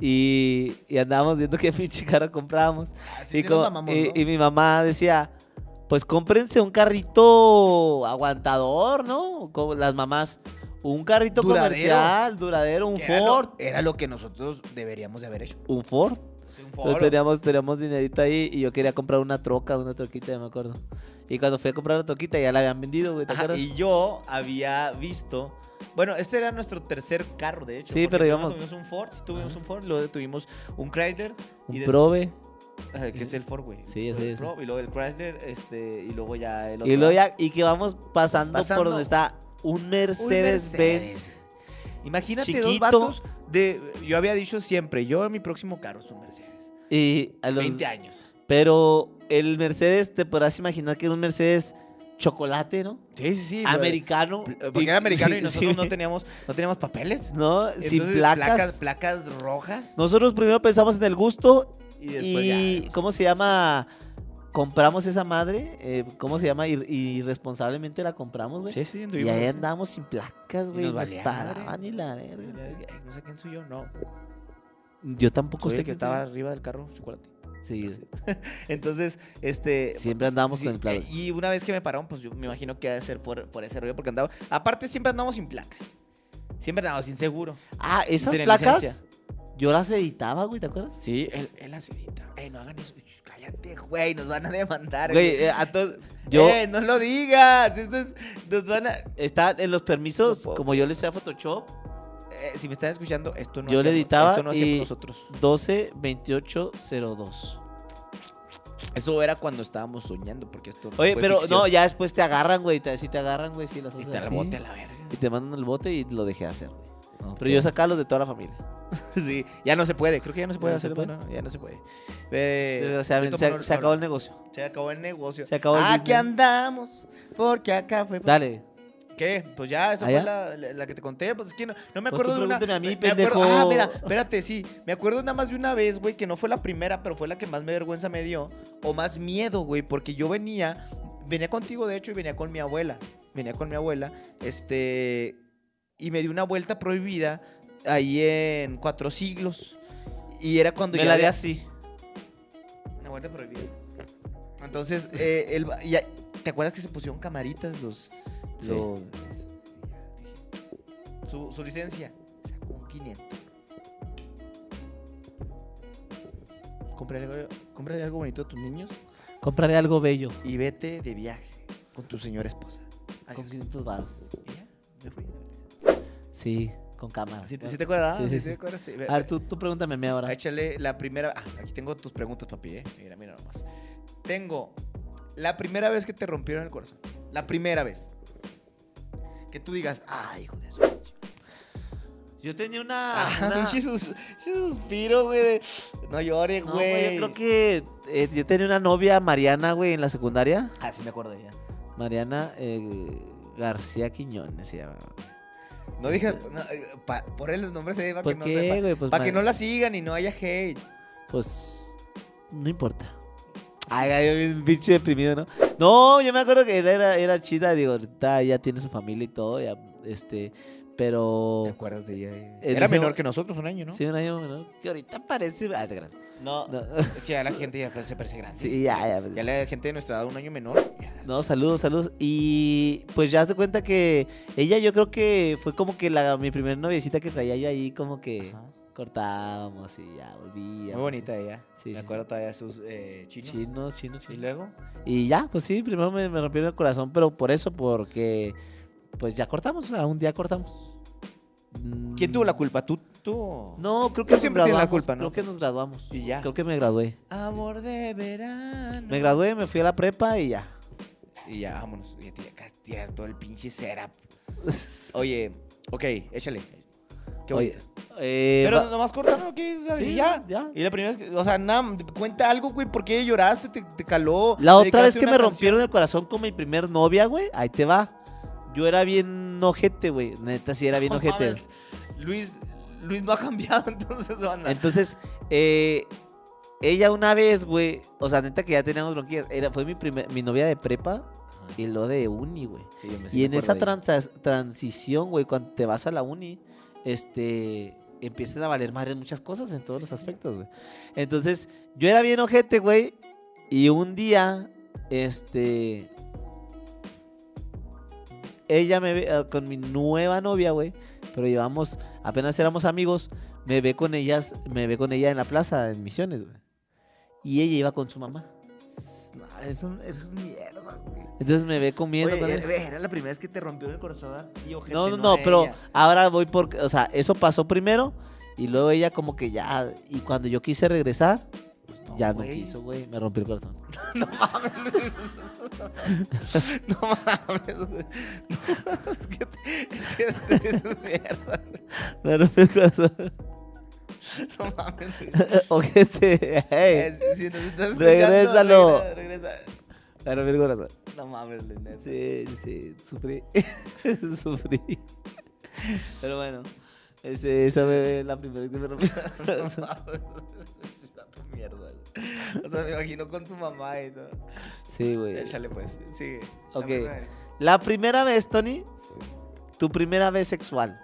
[SPEAKER 2] Y, y andábamos viendo qué pinche carro comprábamos.
[SPEAKER 1] Así
[SPEAKER 2] y,
[SPEAKER 1] Ah, sí nos
[SPEAKER 2] como-
[SPEAKER 1] mamamos,
[SPEAKER 2] y-
[SPEAKER 1] ¿no?
[SPEAKER 2] y mi mamá decía, pues cómprense un carrito aguantador, ¿no? Como las mamás, un carrito
[SPEAKER 1] Duradero.
[SPEAKER 2] comercial, duradero, un
[SPEAKER 1] Que era lo-
[SPEAKER 2] Ford.
[SPEAKER 1] Era lo que nosotros deberíamos de haber hecho.
[SPEAKER 2] Un Ford.
[SPEAKER 1] Un
[SPEAKER 2] Entonces teníamos, teníamos dinerito ahí y yo quería comprar una troca, una troquita, ya me acuerdo. Y cuando fui a comprar la troquita ya la habían vendido, güey, ¿te
[SPEAKER 1] Ajá,
[SPEAKER 2] acuerdas?
[SPEAKER 1] y yo había visto. Bueno, este era nuestro tercer carro, de hecho.
[SPEAKER 2] Sí,
[SPEAKER 1] porque
[SPEAKER 2] pero
[SPEAKER 1] primero
[SPEAKER 2] íbamos-
[SPEAKER 1] Tuvimos un Ford, sí tuvimos
[SPEAKER 2] Ajá.
[SPEAKER 1] un Ford, luego tuvimos un Chrysler.
[SPEAKER 2] Un
[SPEAKER 1] y des-
[SPEAKER 2] Prove.
[SPEAKER 1] Ajá, que es el Ford, güey.
[SPEAKER 2] Sí,
[SPEAKER 1] Luego
[SPEAKER 2] ese,
[SPEAKER 1] el
[SPEAKER 2] ese.
[SPEAKER 1] Pro, Y luego el Chrysler, este, y luego ya el otro.
[SPEAKER 2] Y luego ya, y que vamos pasando,
[SPEAKER 1] Pasando.
[SPEAKER 2] por donde está un Mercedes-Benz.
[SPEAKER 1] Ah, Imagínate dos
[SPEAKER 2] Chiquito.
[SPEAKER 1] vatos de. Yo había dicho siempre, yo mi próximo carro es un Mercedes.
[SPEAKER 2] Y a los-
[SPEAKER 1] 20 años.
[SPEAKER 2] Pero el Mercedes, te podrás imaginar que era un Mercedes chocolate, ¿no?
[SPEAKER 1] Sí, sí, sí.
[SPEAKER 2] americano.
[SPEAKER 1] Pl- Porque era americano y
[SPEAKER 2] sí,
[SPEAKER 1] nosotros
[SPEAKER 2] sí.
[SPEAKER 1] no teníamos, no teníamos papeles.
[SPEAKER 2] No, sin
[SPEAKER 1] Entonces,
[SPEAKER 2] placas.
[SPEAKER 1] placas. placas rojas.
[SPEAKER 2] Nosotros primero pensamos en el gusto
[SPEAKER 1] Y después
[SPEAKER 2] y,
[SPEAKER 1] ya.
[SPEAKER 2] ¿cómo se llama? Compramos esa madre, eh, ¿cómo se llama? Ir- Irresponsablemente la compramos, güey.
[SPEAKER 1] Sí, sí,
[SPEAKER 2] y
[SPEAKER 1] anduvimos
[SPEAKER 2] ahí
[SPEAKER 1] así.
[SPEAKER 2] andábamos sin placas,
[SPEAKER 1] Y
[SPEAKER 2] güey.
[SPEAKER 1] nos
[SPEAKER 2] Nos,
[SPEAKER 1] valía madre.
[SPEAKER 2] paraban y la verga.
[SPEAKER 1] Ay, No sé quién soy yo, no.
[SPEAKER 2] Yo tampoco
[SPEAKER 1] Soy
[SPEAKER 2] sé
[SPEAKER 1] el que estaba arriba del carro, chocolate.
[SPEAKER 2] Sí,
[SPEAKER 1] Entonces, este.
[SPEAKER 2] siempre andábamos
[SPEAKER 1] sí,
[SPEAKER 2] con el plan.
[SPEAKER 1] eh, Y una vez que me pararon, pues yo me imagino que ha de ser por, por ese rollo, porque andaba. Aparte, siempre andamos sin placa. Siempre andamos sin seguro.
[SPEAKER 2] Ah, esas
[SPEAKER 1] tenía
[SPEAKER 2] placas
[SPEAKER 1] licencia.
[SPEAKER 2] yo las editaba, güey, ¿te acuerdas?
[SPEAKER 1] Sí, él, él así ahorita, Ey, no hagan eso. Sh, Cállate, güey, nos van a demandar.
[SPEAKER 2] Güey, eh, a todos- yo
[SPEAKER 1] "Ey, no lo digas. Esto es. Nos van a. eh,
[SPEAKER 2] está en los
[SPEAKER 1] No
[SPEAKER 2] permisos,
[SPEAKER 1] puedo.
[SPEAKER 2] como yo le sé a Photoshop,
[SPEAKER 1] Eh, si me están escuchando, esto no
[SPEAKER 2] Yo le
[SPEAKER 1] hacíamos-
[SPEAKER 2] editaba
[SPEAKER 1] Esto no hacíamos
[SPEAKER 2] y-
[SPEAKER 1] nosotros.
[SPEAKER 2] 12 28 02.
[SPEAKER 1] Eso era cuando estábamos soñando, porque esto.
[SPEAKER 2] Oye,
[SPEAKER 1] fue
[SPEAKER 2] pero
[SPEAKER 1] ficción.
[SPEAKER 2] no, ya después te agarran, güey. te- Si te agarran, güey, si las
[SPEAKER 1] Y
[SPEAKER 2] haces
[SPEAKER 1] te
[SPEAKER 2] así,
[SPEAKER 1] rebote a la verga.
[SPEAKER 2] Y te mandan el bote y lo dejé hacer. güey.
[SPEAKER 1] Ok.
[SPEAKER 2] Pero yo sacaba los de toda la familia.
[SPEAKER 1] Sí, ya no se puede, creo que ya no se puede
[SPEAKER 2] ¿Ya no se
[SPEAKER 1] hacer,
[SPEAKER 2] puede?
[SPEAKER 1] bueno, ya no se puede. Eh,
[SPEAKER 2] Desgraciadamente,
[SPEAKER 1] ahorita
[SPEAKER 2] se, se acabó el
[SPEAKER 1] no-
[SPEAKER 2] negocio.
[SPEAKER 1] se acabó el negocio.
[SPEAKER 2] se acabó el
[SPEAKER 1] Aquí
[SPEAKER 2] business.
[SPEAKER 1] andamos, porque acá fue...
[SPEAKER 2] Dale.
[SPEAKER 1] ¿Qué? Pues ya, esa
[SPEAKER 2] ¿Allá?
[SPEAKER 1] fue la, la- la que te conté, pues es que no, no me
[SPEAKER 2] Pues tú
[SPEAKER 1] acuerdo de una...
[SPEAKER 2] pregúntame a mí,
[SPEAKER 1] me acuerdo-
[SPEAKER 2] pendejo.
[SPEAKER 1] Ah, mira, espérate, sí, me acuerdo nada más de una vez, güey, que no fue la primera, pero fue la que más me vergüenza me dio, o más miedo, güey, porque yo venía, venía contigo, de hecho, y venía con mi abuela, venía con mi abuela, este, y me dio una vuelta prohibida ahí en Cuatro Siglos, y era cuando
[SPEAKER 2] Me
[SPEAKER 1] ya
[SPEAKER 2] la
[SPEAKER 1] había-
[SPEAKER 2] di así.
[SPEAKER 1] una vuelta prohibida. Entonces, eh, el va- ya- ¿te acuerdas que se pusieron camaritas los...
[SPEAKER 2] Sí.
[SPEAKER 1] los- su, su licencia. Sacó un 500. Cómprale algo, cómprale algo bonito a tus niños
[SPEAKER 2] Cómprale algo bello.
[SPEAKER 1] y vete de viaje con tu señora esposa. Adiós.
[SPEAKER 2] Con 500 baros.
[SPEAKER 1] Y ya, me fui.
[SPEAKER 2] Sí, con cámara.
[SPEAKER 1] ¿Sí te, sí te acuerdas?
[SPEAKER 2] Ah, Sí,
[SPEAKER 1] Sí,
[SPEAKER 2] sí,
[SPEAKER 1] sí te
[SPEAKER 2] sí.
[SPEAKER 1] acuerdas, sí. Ve-
[SPEAKER 2] A ver, tú, tú pregúntame a mí ahora.
[SPEAKER 1] Échale la primera. Ah, aquí tengo tus preguntas, papi, eh. Mira, mira nomás. Tengo la primera vez que te rompieron el corazón. La primera vez. Que tú digas, ay, hijo de eso.
[SPEAKER 2] Yo tenía una...
[SPEAKER 1] Ah,
[SPEAKER 2] una-
[SPEAKER 1] pinche sus- pinche suspiro, güey. de, No llores,
[SPEAKER 2] No, güey,
[SPEAKER 1] güey.
[SPEAKER 2] yo creo que eh, yo tenía una novia, Mariana, güey, en la secundaria.
[SPEAKER 1] Ah, sí me acuerdo ya.
[SPEAKER 2] Mariana eh, García Quiñones se llamaba.
[SPEAKER 1] No digas, no, eh, pa- por él los nombres se para
[SPEAKER 2] ¿Por
[SPEAKER 1] que no
[SPEAKER 2] qué,
[SPEAKER 1] sepa.
[SPEAKER 2] güey? Pues
[SPEAKER 1] Para que
[SPEAKER 2] Mar-
[SPEAKER 1] no la sigan y no haya hate.
[SPEAKER 2] Pues no importa. Ay, ay, bien pinche deprimido, ¿no? No, yo me acuerdo que era, era, era chida, digo, ahorita ya tiene su familia y todo, ya, este,
[SPEAKER 1] ¿Te
[SPEAKER 2] pero...
[SPEAKER 1] acuerdas de ella?
[SPEAKER 2] En
[SPEAKER 1] Era
[SPEAKER 2] ese
[SPEAKER 1] menor
[SPEAKER 2] mo-
[SPEAKER 1] que nosotros un año, ¿no?
[SPEAKER 2] Sí, un año, ¿no? Que ahorita parece... Ah, te creas.
[SPEAKER 1] No,
[SPEAKER 2] No,
[SPEAKER 1] es que ya la gente ya se parece grande.
[SPEAKER 2] sí, ya, ya. pues,
[SPEAKER 1] Ya la gente de nuestra edad, un año menor. ya.
[SPEAKER 2] No, saludos, saludos. Y pues ya se cuenta que ella yo creo que fue como que la, mi primer noviecita que traía yo ahí, como que
[SPEAKER 1] Ajá.
[SPEAKER 2] cortábamos y ya volvíamos.
[SPEAKER 1] Muy bonita ella.
[SPEAKER 2] Sí,
[SPEAKER 1] me
[SPEAKER 2] sí,
[SPEAKER 1] acuerdo todavía de sus eh, chinos.
[SPEAKER 2] Chinos, chinos,
[SPEAKER 1] Y
[SPEAKER 2] chinos.
[SPEAKER 1] luego,
[SPEAKER 2] Y ya, pues sí, primero me, me rompieron el corazón, pero por eso, porque pues ya cortamos, o sea, un día cortamos. Mm.
[SPEAKER 1] ¿quién tuvo la culpa? ¿Tú? tú?
[SPEAKER 2] No, creo
[SPEAKER 1] Tú
[SPEAKER 2] que nos
[SPEAKER 1] siempre tienes la
[SPEAKER 2] graduamos,
[SPEAKER 1] culpa, ¿no?
[SPEAKER 2] Creo que nos graduamos.
[SPEAKER 1] Y ya.
[SPEAKER 2] Creo que me gradué.
[SPEAKER 1] Amor de verano.
[SPEAKER 2] Me gradué, me fui a la prepa y ya.
[SPEAKER 1] Y ya, vámonos. Y te voy a castear todo el pinche setup. Oye, ok, échale. Qué
[SPEAKER 2] Oye,
[SPEAKER 1] bonito.
[SPEAKER 2] eh,
[SPEAKER 1] Pero
[SPEAKER 2] va-
[SPEAKER 1] nomás cortaron, ok, o sea,
[SPEAKER 2] Sí,
[SPEAKER 1] y ya.
[SPEAKER 2] ya.
[SPEAKER 1] Y la primera vez que, o sea, nada, cuenta algo, güey, ¿por qué lloraste? ¿Te, te caló?
[SPEAKER 2] La otra vez
[SPEAKER 1] ¿Dedicaste
[SPEAKER 2] que me
[SPEAKER 1] una canción?
[SPEAKER 2] rompieron el corazón con mi primer novia, güey, ahí te va. Yo era bien ojete, güey. Neta, sí era bien
[SPEAKER 1] No
[SPEAKER 2] ojete.
[SPEAKER 1] mames, Luis, Luis no ha cambiado, entonces, banda.
[SPEAKER 2] Entonces, eh, ella una vez, güey, o sea, neta que ya teníamos bronquillas, era, fue mi, primer, mi novia de prepa y lo de uni, güey.
[SPEAKER 1] Sí, hombre, Pues sí
[SPEAKER 2] y
[SPEAKER 1] me
[SPEAKER 2] en
[SPEAKER 1] acuerdo
[SPEAKER 2] esa
[SPEAKER 1] de ella.
[SPEAKER 2] transa- transición, güey, cuando te vas a la uni, este, empiezan a valer madre muchas cosas en todos los aspectos, güey. Entonces, yo era bien ojete, güey, y un día, este, ella me ve ah, con mi nueva novia, güey, pero llevamos, apenas éramos amigos, me ve con ellas, me ve con ella en la plaza, en Misiones, güey. Y ella iba con su mamá.
[SPEAKER 1] No, eres un, eres un mierda, güey.
[SPEAKER 2] Entonces me ve comiendo
[SPEAKER 1] Oye,
[SPEAKER 2] con
[SPEAKER 1] era,
[SPEAKER 2] ellas.
[SPEAKER 1] era la primera vez que te rompió el corazón y ojete,
[SPEAKER 2] No, no,
[SPEAKER 1] a
[SPEAKER 2] no, pero
[SPEAKER 1] ella.
[SPEAKER 2] ahora voy por, o sea, eso pasó primero y luego ella como que ya, y cuando yo quise regresar, pues no, ya no
[SPEAKER 1] güey.
[SPEAKER 2] quiso, güey. Me rompió el corazón.
[SPEAKER 1] No mames. güey. No, es que es que este es un mierda.
[SPEAKER 2] Me rompió el corazón.
[SPEAKER 1] No mames.
[SPEAKER 2] Eh,
[SPEAKER 1] güey.
[SPEAKER 2] Ojete.
[SPEAKER 1] Eh,
[SPEAKER 2] este, Hey.
[SPEAKER 1] Si si nos estás escuchando,
[SPEAKER 2] Regrésalo.
[SPEAKER 1] regresa- regresa.
[SPEAKER 2] Me rompió el corazón.
[SPEAKER 1] No mames, güey, neta.
[SPEAKER 2] Sí, sí, sufrí. sufrí. Pero bueno, este, esa fue la primera vez que me rompí.
[SPEAKER 1] No mames. Vato mierda. güey. O sea, me imagino con su mamá y todo.
[SPEAKER 2] Sí, güey.
[SPEAKER 1] Échale pues. Sigue. La
[SPEAKER 2] Ok.
[SPEAKER 1] primera vez.
[SPEAKER 2] La primera vez, Tony, tu primera vez sexual,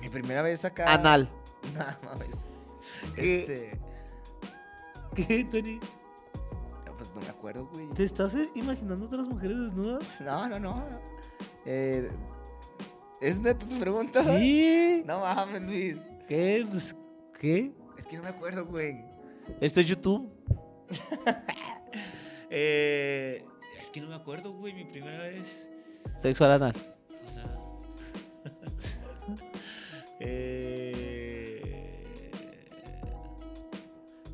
[SPEAKER 1] Mi primera vez acá.
[SPEAKER 2] anal.
[SPEAKER 1] No mames.
[SPEAKER 2] ¿Qué?
[SPEAKER 1] Este.
[SPEAKER 2] ¿Qué, Tony?
[SPEAKER 1] no, Pues no me acuerdo, güey.
[SPEAKER 2] ¿Te estás eh, imaginando otras mujeres desnudas?
[SPEAKER 1] No, no, no. Eh, ¿Es neta tu pregunta?
[SPEAKER 2] Sí.
[SPEAKER 1] No mames, Luis.
[SPEAKER 2] ¿Qué? Pues, ¿Qué?
[SPEAKER 1] Es que no me acuerdo, güey.
[SPEAKER 2] ¿Esto Este es YouTube?
[SPEAKER 1] Eh, es que no me acuerdo, güey, mi primera vez.
[SPEAKER 2] Sexual anal.
[SPEAKER 1] O sea. eh...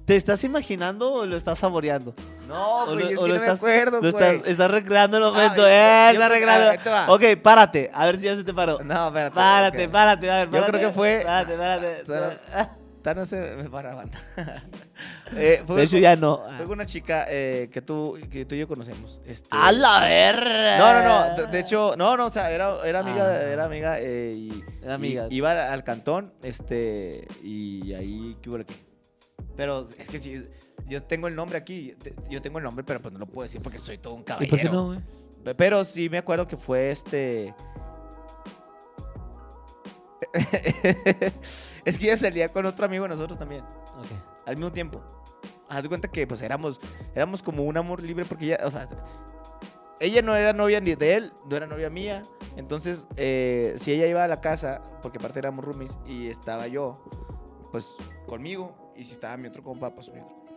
[SPEAKER 2] ¿Te estás imaginando o lo estás saboreando?
[SPEAKER 1] No,
[SPEAKER 2] O
[SPEAKER 1] güey,
[SPEAKER 2] lo-
[SPEAKER 1] es
[SPEAKER 2] o
[SPEAKER 1] que
[SPEAKER 2] lo
[SPEAKER 1] no
[SPEAKER 2] estás-
[SPEAKER 1] me acuerdo,
[SPEAKER 2] Lo
[SPEAKER 1] güey.
[SPEAKER 2] estás, estás recreando el momento,
[SPEAKER 1] yo-
[SPEAKER 2] eh,
[SPEAKER 1] yo creo
[SPEAKER 2] estás
[SPEAKER 1] que- a ver, te va.
[SPEAKER 2] recreando. Ok, párate, a ver si ya se te paró.
[SPEAKER 1] No, espérate.
[SPEAKER 2] eh, Párate,
[SPEAKER 1] ok.
[SPEAKER 2] párate, a ver,
[SPEAKER 1] Yo
[SPEAKER 2] párate.
[SPEAKER 1] creo que fue-
[SPEAKER 2] Párate, párate.
[SPEAKER 1] Solo-
[SPEAKER 2] Ah,
[SPEAKER 1] Thanos se me paraban. eh, fue-
[SPEAKER 2] De hecho, ya no. Ah.
[SPEAKER 1] fue con una chica eh, que, tú, que tú y yo conocemos. Este...
[SPEAKER 2] ¡A la verga!
[SPEAKER 1] No, no, no. de- De hecho, no, no, o sea, era, era amiga,
[SPEAKER 2] Ah.
[SPEAKER 1] era amiga eh, y
[SPEAKER 2] Era
[SPEAKER 1] y
[SPEAKER 2] amiga.
[SPEAKER 1] iba al- al cantón, este, y ahí qué hubo qué. Pero es que si yo tengo el nombre aquí, te- yo tengo el nombre, pero pues no lo puedo decir porque soy todo un
[SPEAKER 2] ¿Y
[SPEAKER 1] caballero.
[SPEAKER 2] por qué no, güey?
[SPEAKER 1] Pe- Pero sí me acuerdo que fue este Es que ella salía con otro amigo de nosotros también
[SPEAKER 2] Ok.
[SPEAKER 1] al mismo tiempo. Haz de cuenta que pues éramos, éramos como un amor libre porque ella, o sea, ella no era novia ni de él, no era novia mía. Entonces, eh, si ella iba a la casa, porque aparte éramos roomies, y estaba yo, pues conmigo, y si estaba mi otro compa, pues mi otro compa.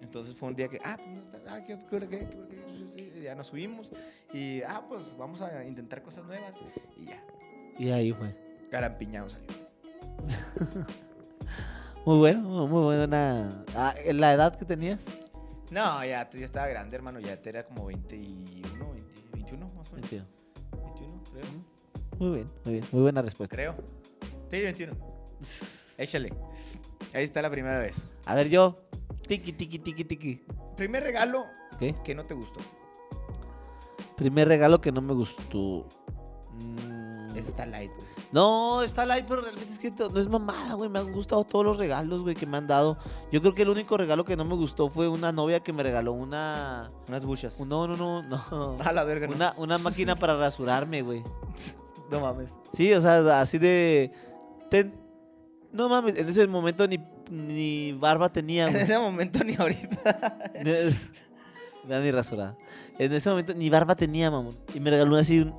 [SPEAKER 1] Entonces fue un día que, ah, pues, no está- ah, qué, qué, hora, qué, qué hora, qué, sí, sí, y ya nos subimos, y ah, pues vamos a intentar cosas nuevas, y ya,
[SPEAKER 2] Y ahí fue.
[SPEAKER 1] garampiñado salió.
[SPEAKER 2] Muy bueno, muy buena. Ah, ¿La edad que tenías?
[SPEAKER 1] No, ya, ya estaba grande, hermano, ya te era como 21, 20, 21, más o menos. 21, creo.
[SPEAKER 2] Muy bien, muy bien. Muy buena respuesta.
[SPEAKER 1] Creo. Sí, 21. Échale. Ahí está la primera vez.
[SPEAKER 2] A ver, yo. Tiki, tiki, tiki, tiki.
[SPEAKER 1] Primer regalo
[SPEAKER 2] ¿Qué?
[SPEAKER 1] que no te gustó.
[SPEAKER 2] Primer regalo que no me gustó. Mm,
[SPEAKER 1] Ese está light. güey.
[SPEAKER 2] No, está live, pero realmente es que to- no es mamada, güey. Me han gustado todos los regalos, güey, que me han dado. Yo creo que el único regalo que no me gustó fue una novia que me regaló una.
[SPEAKER 1] Unas buchas.
[SPEAKER 2] No, no, no, no.
[SPEAKER 1] A la verga, no.
[SPEAKER 2] Una, una máquina para rasurarme, güey.
[SPEAKER 1] No mames.
[SPEAKER 2] Sí, o sea, así de. Ten. No mames, en ese momento ni, ni barba tenía,
[SPEAKER 1] En
[SPEAKER 2] güey.
[SPEAKER 1] ese momento ni ahorita.
[SPEAKER 2] Ne- Me da mi rasurada. En ese momento ni barba tenía, mamón. Y me regaló así un,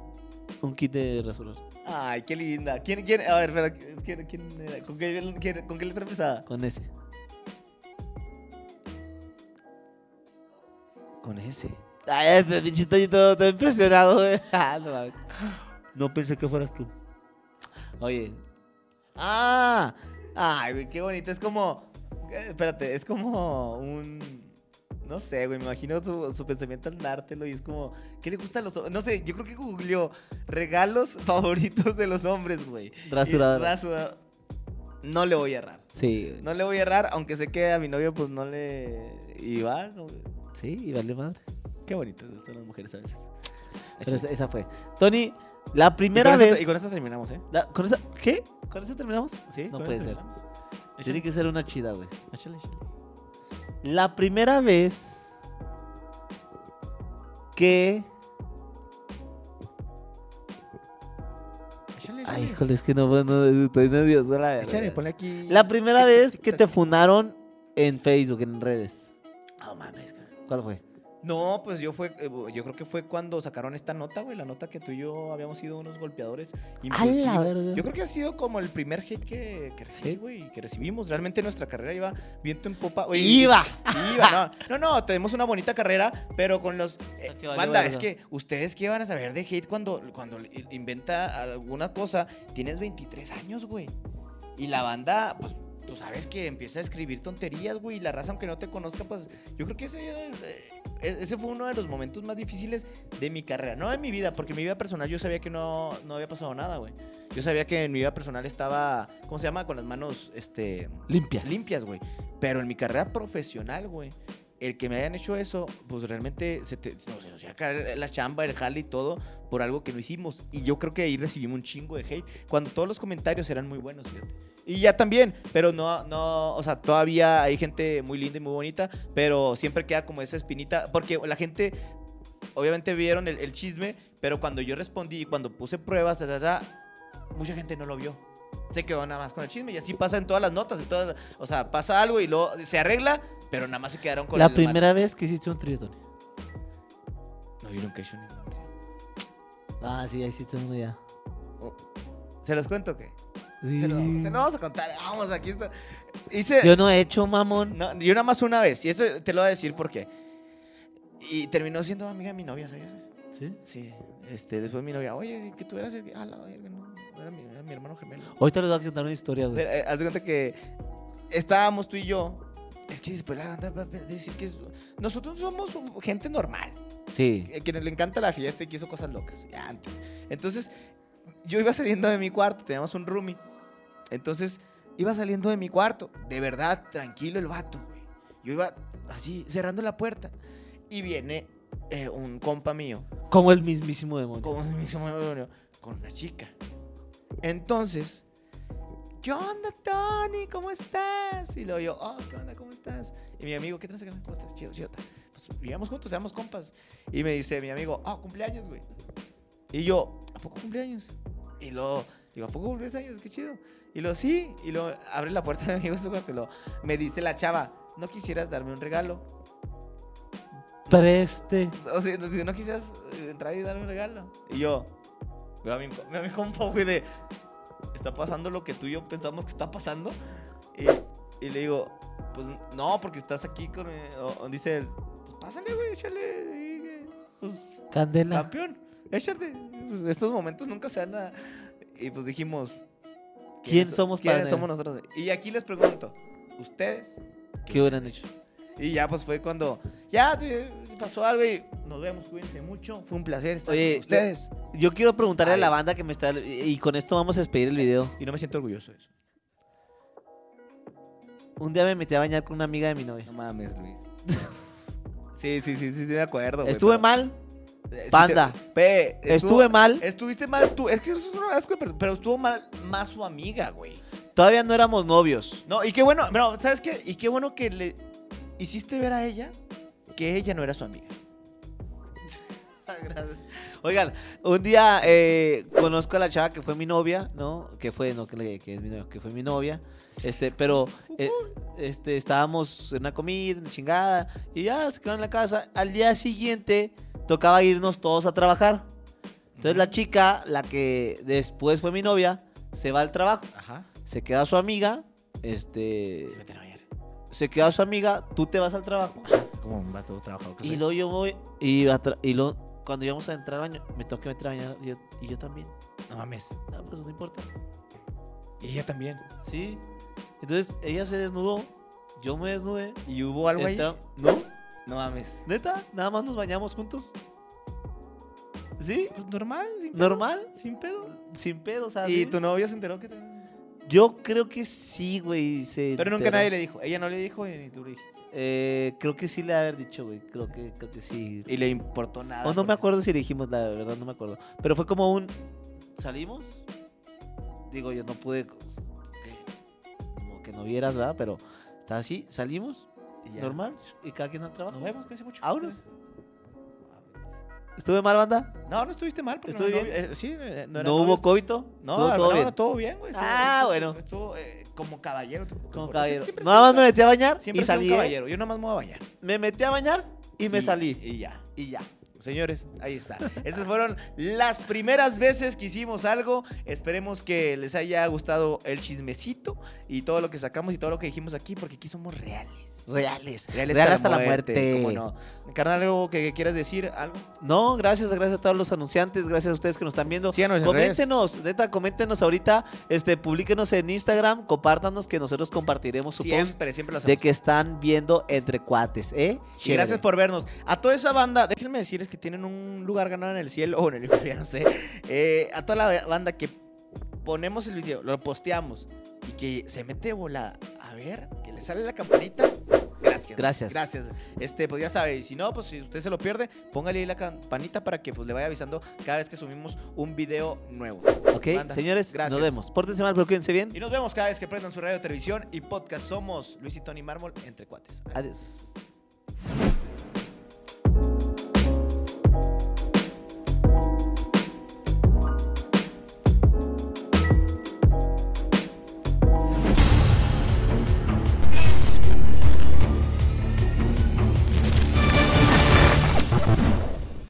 [SPEAKER 2] un kit de rasurar.
[SPEAKER 1] Ay, qué linda. ¿Quién, quién? A ver, espera. ¿Quién, quién era? ¿Con, qué, quién- ¿Con qué letra empezaba?
[SPEAKER 2] Con ese.
[SPEAKER 1] Con ese.
[SPEAKER 2] Ay, este pinche Toño todo, todo impresionado, güey. Ah, no mames. No pensé que fueras tú. Oye.
[SPEAKER 1] Ah. Ay, güey, qué bonito. Es como. eh, Espérate, es como un. No sé, güey, me imagino su, su pensamiento al dártelo y es como, ¿qué le gusta a los hombres? No sé, yo creo que googleó regalos favoritos de los hombres, güey.
[SPEAKER 2] Rasuradora.
[SPEAKER 1] Y rasura- No le voy a errar.
[SPEAKER 2] Sí, güey.
[SPEAKER 1] No le voy a errar, aunque sé que a mi novio pues no le iba. como-
[SPEAKER 2] Sí, y vale madre.
[SPEAKER 1] Qué bonitas son las mujeres a veces.
[SPEAKER 2] Pero esa, esa fue. Tony, la primera
[SPEAKER 1] y con esta-
[SPEAKER 2] vez.
[SPEAKER 1] y con esta terminamos, ¿eh?
[SPEAKER 2] la- con esa- ¿Qué? ¿Con esa terminamos?
[SPEAKER 1] Sí,
[SPEAKER 2] No
[SPEAKER 1] con
[SPEAKER 2] puede
[SPEAKER 1] esta
[SPEAKER 2] ser.
[SPEAKER 1] terminamos.
[SPEAKER 2] Tiene
[SPEAKER 1] Échale,
[SPEAKER 2] que ser una chida, güey.
[SPEAKER 1] échale, échale.
[SPEAKER 2] La primera vez que.
[SPEAKER 1] Échale,
[SPEAKER 2] Ay,
[SPEAKER 1] échale.
[SPEAKER 2] híjole, es que no, no estoy nervioso, la verdad.
[SPEAKER 1] Échale, ponle aquí.
[SPEAKER 2] La primera vez que te funaron en Facebook, en redes. No mames, ¿Cuál fue?
[SPEAKER 1] No, pues yo fue, eh, yo creo que fue cuando sacaron esta nota, güey, la nota que tú y yo habíamos sido unos golpeadores. impulsivos.
[SPEAKER 2] verga.
[SPEAKER 1] Yo creo que ha sido como el primer hate que, que recibí, güey, que recibimos. Realmente nuestra carrera iba viento en popa. güey.
[SPEAKER 2] ¡Iba!
[SPEAKER 1] Iba, no, no, no, tenemos una bonita carrera, pero con los... eh,
[SPEAKER 2] sea, que valió
[SPEAKER 1] banda,
[SPEAKER 2] verga.
[SPEAKER 1] es que ustedes qué van a saber de hate cuando, cuando i- inventa alguna cosa. Tienes 23 años, güey. Y la banda, pues, tú sabes que empieza a escribir tonterías, güey, y la raza, aunque no te conozca, pues yo creo que ese, eh, ese fue uno de los momentos más difíciles de mi carrera, no de mi vida, porque en mi vida personal yo sabía que no, no había pasado nada, güey. Yo sabía que en mi vida personal estaba, ¿cómo se llama? Con las manos, este,
[SPEAKER 2] Limpia.
[SPEAKER 1] limpias, güey. Pero en mi carrera profesional, güey, el que me hayan hecho eso, pues realmente se te, no, se nos iba a caer la chamba, el jale y todo por algo que no hicimos. Y yo creo que ahí recibimos un chingo de hate cuando todos los comentarios eran muy buenos, fíjate. Y ya también, pero no, no, o sea, todavía hay gente muy linda y muy bonita, pero siempre queda como esa espinita, porque la gente obviamente vieron el, el chisme, pero cuando yo respondí y cuando puse pruebas, ta, ta, ta, mucha gente no lo vio. Se quedó nada más con el chisme y así pasa en todas las notas, en todas, o sea, pasa algo y luego se arregla, pero nada más se quedaron con
[SPEAKER 2] La
[SPEAKER 1] el mal-
[SPEAKER 2] primera vez que hiciste un triatlón.
[SPEAKER 1] No, yo nunca he hecho ningún trío.
[SPEAKER 2] Ah, sí, ya hiciste uno ya.
[SPEAKER 1] ¿Se los cuento o qué?
[SPEAKER 2] Sí.
[SPEAKER 1] Se, lo, se lo vamos a contar. Vamos, aquí está. Hice,
[SPEAKER 2] Yo no he hecho, mamón.
[SPEAKER 1] No, yo nada más una vez, y eso te lo voy a decir por qué. Y terminó siendo amiga de mi novia, ¿sabías?
[SPEAKER 2] ¿Sí?
[SPEAKER 1] Sí, este, después mi novia, oye, sí, que tú eras el que... Ah, la verga, no, era mi, era mi hermano gemelo.
[SPEAKER 2] Ahorita les voy a contar una historia, güey.
[SPEAKER 1] Pero, eh, haz de cuenta que estábamos tú y yo, es que después la banda va a decir que es- nosotros somos gente normal,
[SPEAKER 2] Sí.
[SPEAKER 1] que, que le encanta la fiesta y que hizo cosas locas, ya antes. Entonces, yo iba saliendo de mi cuarto, teníamos un roomie. Entonces, iba saliendo de mi cuarto, de verdad, tranquilo el vato, güey. Yo iba así, cerrando la puerta. Y viene eh, un compa mío,
[SPEAKER 2] Como el mismísimo demonio.
[SPEAKER 1] como me hizo muy bueno, con una chica. Entonces, ¿qué onda, Tony? ¿Cómo estás? Y luego yo, oh, ¿qué onda? ¿Cómo estás? Y mi amigo, ¿qué tranza? carnal? ¿Cómo estás? Chido, chido. ta. Pues vivíamos juntos, éramos compas. Y me dice mi amigo, oh, cumpleaños, güey. Y yo, ¿a poco cumpleaños? Y luego, digo, ¿a poco cumpleaños? Qué chido. Y luego, sí. Y luego abre la puerta de mi amigo a su cuarto y luego, me dice la chava, ¿no quisieras darme un regalo?
[SPEAKER 2] Preste.
[SPEAKER 1] O sea, si no quisieras eh, entrar y darme un regalo. Y yo, veo a mi, veo a mi compa, güey, de. Está pasando lo que tú y yo pensamos que está pasando. Y, y le digo, pues no, porque estás aquí con. eh, o- o dice él, pues pásale, güey, échale. ahí, eh, Pues
[SPEAKER 2] Candela.
[SPEAKER 1] campeón, échate. Pues, Estos momentos nunca se van a. Y pues dijimos.
[SPEAKER 2] ¿Quién
[SPEAKER 1] so-
[SPEAKER 2] somos para
[SPEAKER 1] ¿Quiénes
[SPEAKER 2] tener?
[SPEAKER 1] somos nosotros? Y aquí les pregunto, ¿ustedes?
[SPEAKER 2] ¿Qué hubieran hecho?
[SPEAKER 1] Y ya pues fue cuando ya eh, pasó algo y nos vemos, cuídense mucho. Fue un placer estar
[SPEAKER 2] Oye,
[SPEAKER 1] con ustedes.
[SPEAKER 2] Yo quiero preguntarle a la
[SPEAKER 1] Ay.
[SPEAKER 2] banda que me está. Y con esto vamos a despedir el video.
[SPEAKER 1] Y no me siento orgulloso de eso.
[SPEAKER 2] Un día me metí a bañar con una amiga de mi novia.
[SPEAKER 1] No mames, Luis. sí, sí, sí, sí, sí, me acuerdo. güey,
[SPEAKER 2] Estuve
[SPEAKER 1] pero-
[SPEAKER 2] mal,
[SPEAKER 1] Eh, sí
[SPEAKER 2] banda.
[SPEAKER 1] te- Pe,
[SPEAKER 2] estuve
[SPEAKER 1] estuvo-
[SPEAKER 2] mal.
[SPEAKER 1] Estuviste mal tú. Es que eso es un asco, pero, pero estuvo mal más su amiga, güey.
[SPEAKER 2] Todavía no éramos novios.
[SPEAKER 1] No, y qué bueno, pero ¿sabes qué? Y qué bueno que le hiciste ver a ella que ella no era su amiga.
[SPEAKER 2] Gracias. Oigan, un día eh, conozco a la chava que fue mi novia, ¿no? Que fue, no, que, que es mi novia, que fue mi novia. Este, pero eh, este, estábamos en una comida, una chingada, y ya se quedó en la casa. Al día siguiente tocaba irnos todos a trabajar. Entonces la chica, la que después fue mi novia, se va al trabajo.
[SPEAKER 1] Ajá.
[SPEAKER 2] Se queda su amiga, este,
[SPEAKER 1] Se meten a bañar.
[SPEAKER 2] se queda su amiga, tú te vas al trabajo.
[SPEAKER 1] Como un vato trabajador. que
[SPEAKER 2] Y
[SPEAKER 1] soy.
[SPEAKER 2] luego yo voy y, atra- y luego cuando íbamos a entrar al baño, me tengo que meter a bañar y yo, y yo también.
[SPEAKER 1] No mames.
[SPEAKER 2] Ah, pues no importa.
[SPEAKER 1] Y ella también.
[SPEAKER 2] Sí. Entonces ella se desnudó, yo me desnudé.
[SPEAKER 1] ¿Y hubo algo ahí?
[SPEAKER 2] entra- ¿No?
[SPEAKER 1] No mames.
[SPEAKER 2] ¿Neta? Nada más nos bañamos juntos. ¿Sí?
[SPEAKER 1] Pues normal, sin pedo.
[SPEAKER 2] ¿Normal?
[SPEAKER 1] Sin pedo.
[SPEAKER 2] Sin pedo, o sea,
[SPEAKER 1] Y
[SPEAKER 2] sí.
[SPEAKER 1] tu novia se enteró que te...
[SPEAKER 2] Yo creo que sí, güey. se
[SPEAKER 1] Pero nunca
[SPEAKER 2] enteró.
[SPEAKER 1] nadie le dijo. Ella no le dijo y ni tú le dijiste.
[SPEAKER 2] Eh, creo que sí le haber dicho, güey. Creo que, creo que sí.
[SPEAKER 1] Y le importó nada.
[SPEAKER 2] O no me
[SPEAKER 1] porque-
[SPEAKER 2] acuerdo si le dijimos, la verdad no me acuerdo. Pero fue como un. ¿Salimos? Digo, yo no pude. pues, que- Como que no vieras, ¿verdad? Pero está así, salimos,
[SPEAKER 1] Y ya.
[SPEAKER 2] normal, y cada quien al trabajo.
[SPEAKER 1] Nos vemos, cuídense mucho.
[SPEAKER 2] Vámonos. ¿Estuve mal, banda?
[SPEAKER 1] No, no estuviste mal. Porque
[SPEAKER 2] ¿Estuve
[SPEAKER 1] no, no-
[SPEAKER 2] bien?
[SPEAKER 1] eh, sí, eh, no
[SPEAKER 2] ¿No,
[SPEAKER 1] era
[SPEAKER 2] hubo
[SPEAKER 1] novios.
[SPEAKER 2] coito?
[SPEAKER 1] No,
[SPEAKER 2] Estuvo todo bien.
[SPEAKER 1] todo bien, güey. estuvo-
[SPEAKER 2] Ah,
[SPEAKER 1] estuvo-
[SPEAKER 2] bueno.
[SPEAKER 1] Estuvo eh, como caballero. tú- tú-
[SPEAKER 2] Como
[SPEAKER 1] tú-
[SPEAKER 2] caballero.
[SPEAKER 1] siempre
[SPEAKER 2] Nada más
[SPEAKER 1] sido
[SPEAKER 2] me metí a bañar
[SPEAKER 1] Siempre
[SPEAKER 2] y
[SPEAKER 1] he sido un
[SPEAKER 2] salí. ¿eh?
[SPEAKER 1] caballero. Yo nada más me voy a bañar.
[SPEAKER 2] Me metí a bañar y me
[SPEAKER 1] Y-
[SPEAKER 2] salí.
[SPEAKER 1] Y ya.
[SPEAKER 2] Y ya.
[SPEAKER 1] Señores, ahí está. Esas fueron las primeras veces que hicimos algo. Esperemos que les haya gustado el chismecito y todo lo que sacamos y todo lo que dijimos aquí, porque aquí somos reales.
[SPEAKER 2] Reales.
[SPEAKER 1] Reales
[SPEAKER 2] Real
[SPEAKER 1] hasta,
[SPEAKER 2] hasta la
[SPEAKER 1] la muerte.
[SPEAKER 2] muerte.
[SPEAKER 1] cómo no. Carnal, algo que, que quieras decir, algo.
[SPEAKER 2] No, gracias, gracias a todos los anunciantes, gracias a ustedes que nos están viendo.
[SPEAKER 1] Síganos en
[SPEAKER 2] coméntenos, neta, coméntenos ahorita, este, publíquenos en Instagram, compártanos que nosotros compartiremos su post
[SPEAKER 1] Siempre, siempre lo
[SPEAKER 2] de
[SPEAKER 1] hacemos.
[SPEAKER 2] que están viendo entre cuates, ¿eh?
[SPEAKER 1] Y
[SPEAKER 2] Chévere.
[SPEAKER 1] gracias por vernos. A toda esa banda, déjenme decirles que tienen un lugar ganado en el cielo o en el infierno, no sé. Eh, a toda la banda que ponemos el video, lo posteamos y que se mete volada. A ver, que le sale la campanita. Gracias.
[SPEAKER 2] Gracias.
[SPEAKER 1] Gracias. Este, pues ya sabe, y si no, pues si usted se lo pierde, póngale ahí la campanita para que pues le vaya avisando cada vez que subimos un video nuevo.
[SPEAKER 2] Ok,
[SPEAKER 1] Banda,
[SPEAKER 2] señores,
[SPEAKER 1] gracias.
[SPEAKER 2] nos vemos. Pórtense mal, pero cuídense bien.
[SPEAKER 1] Y nos vemos cada vez que prendan su radio, televisión y podcast. Somos Luis y Tony Mármol entre cuates.
[SPEAKER 2] Adiós.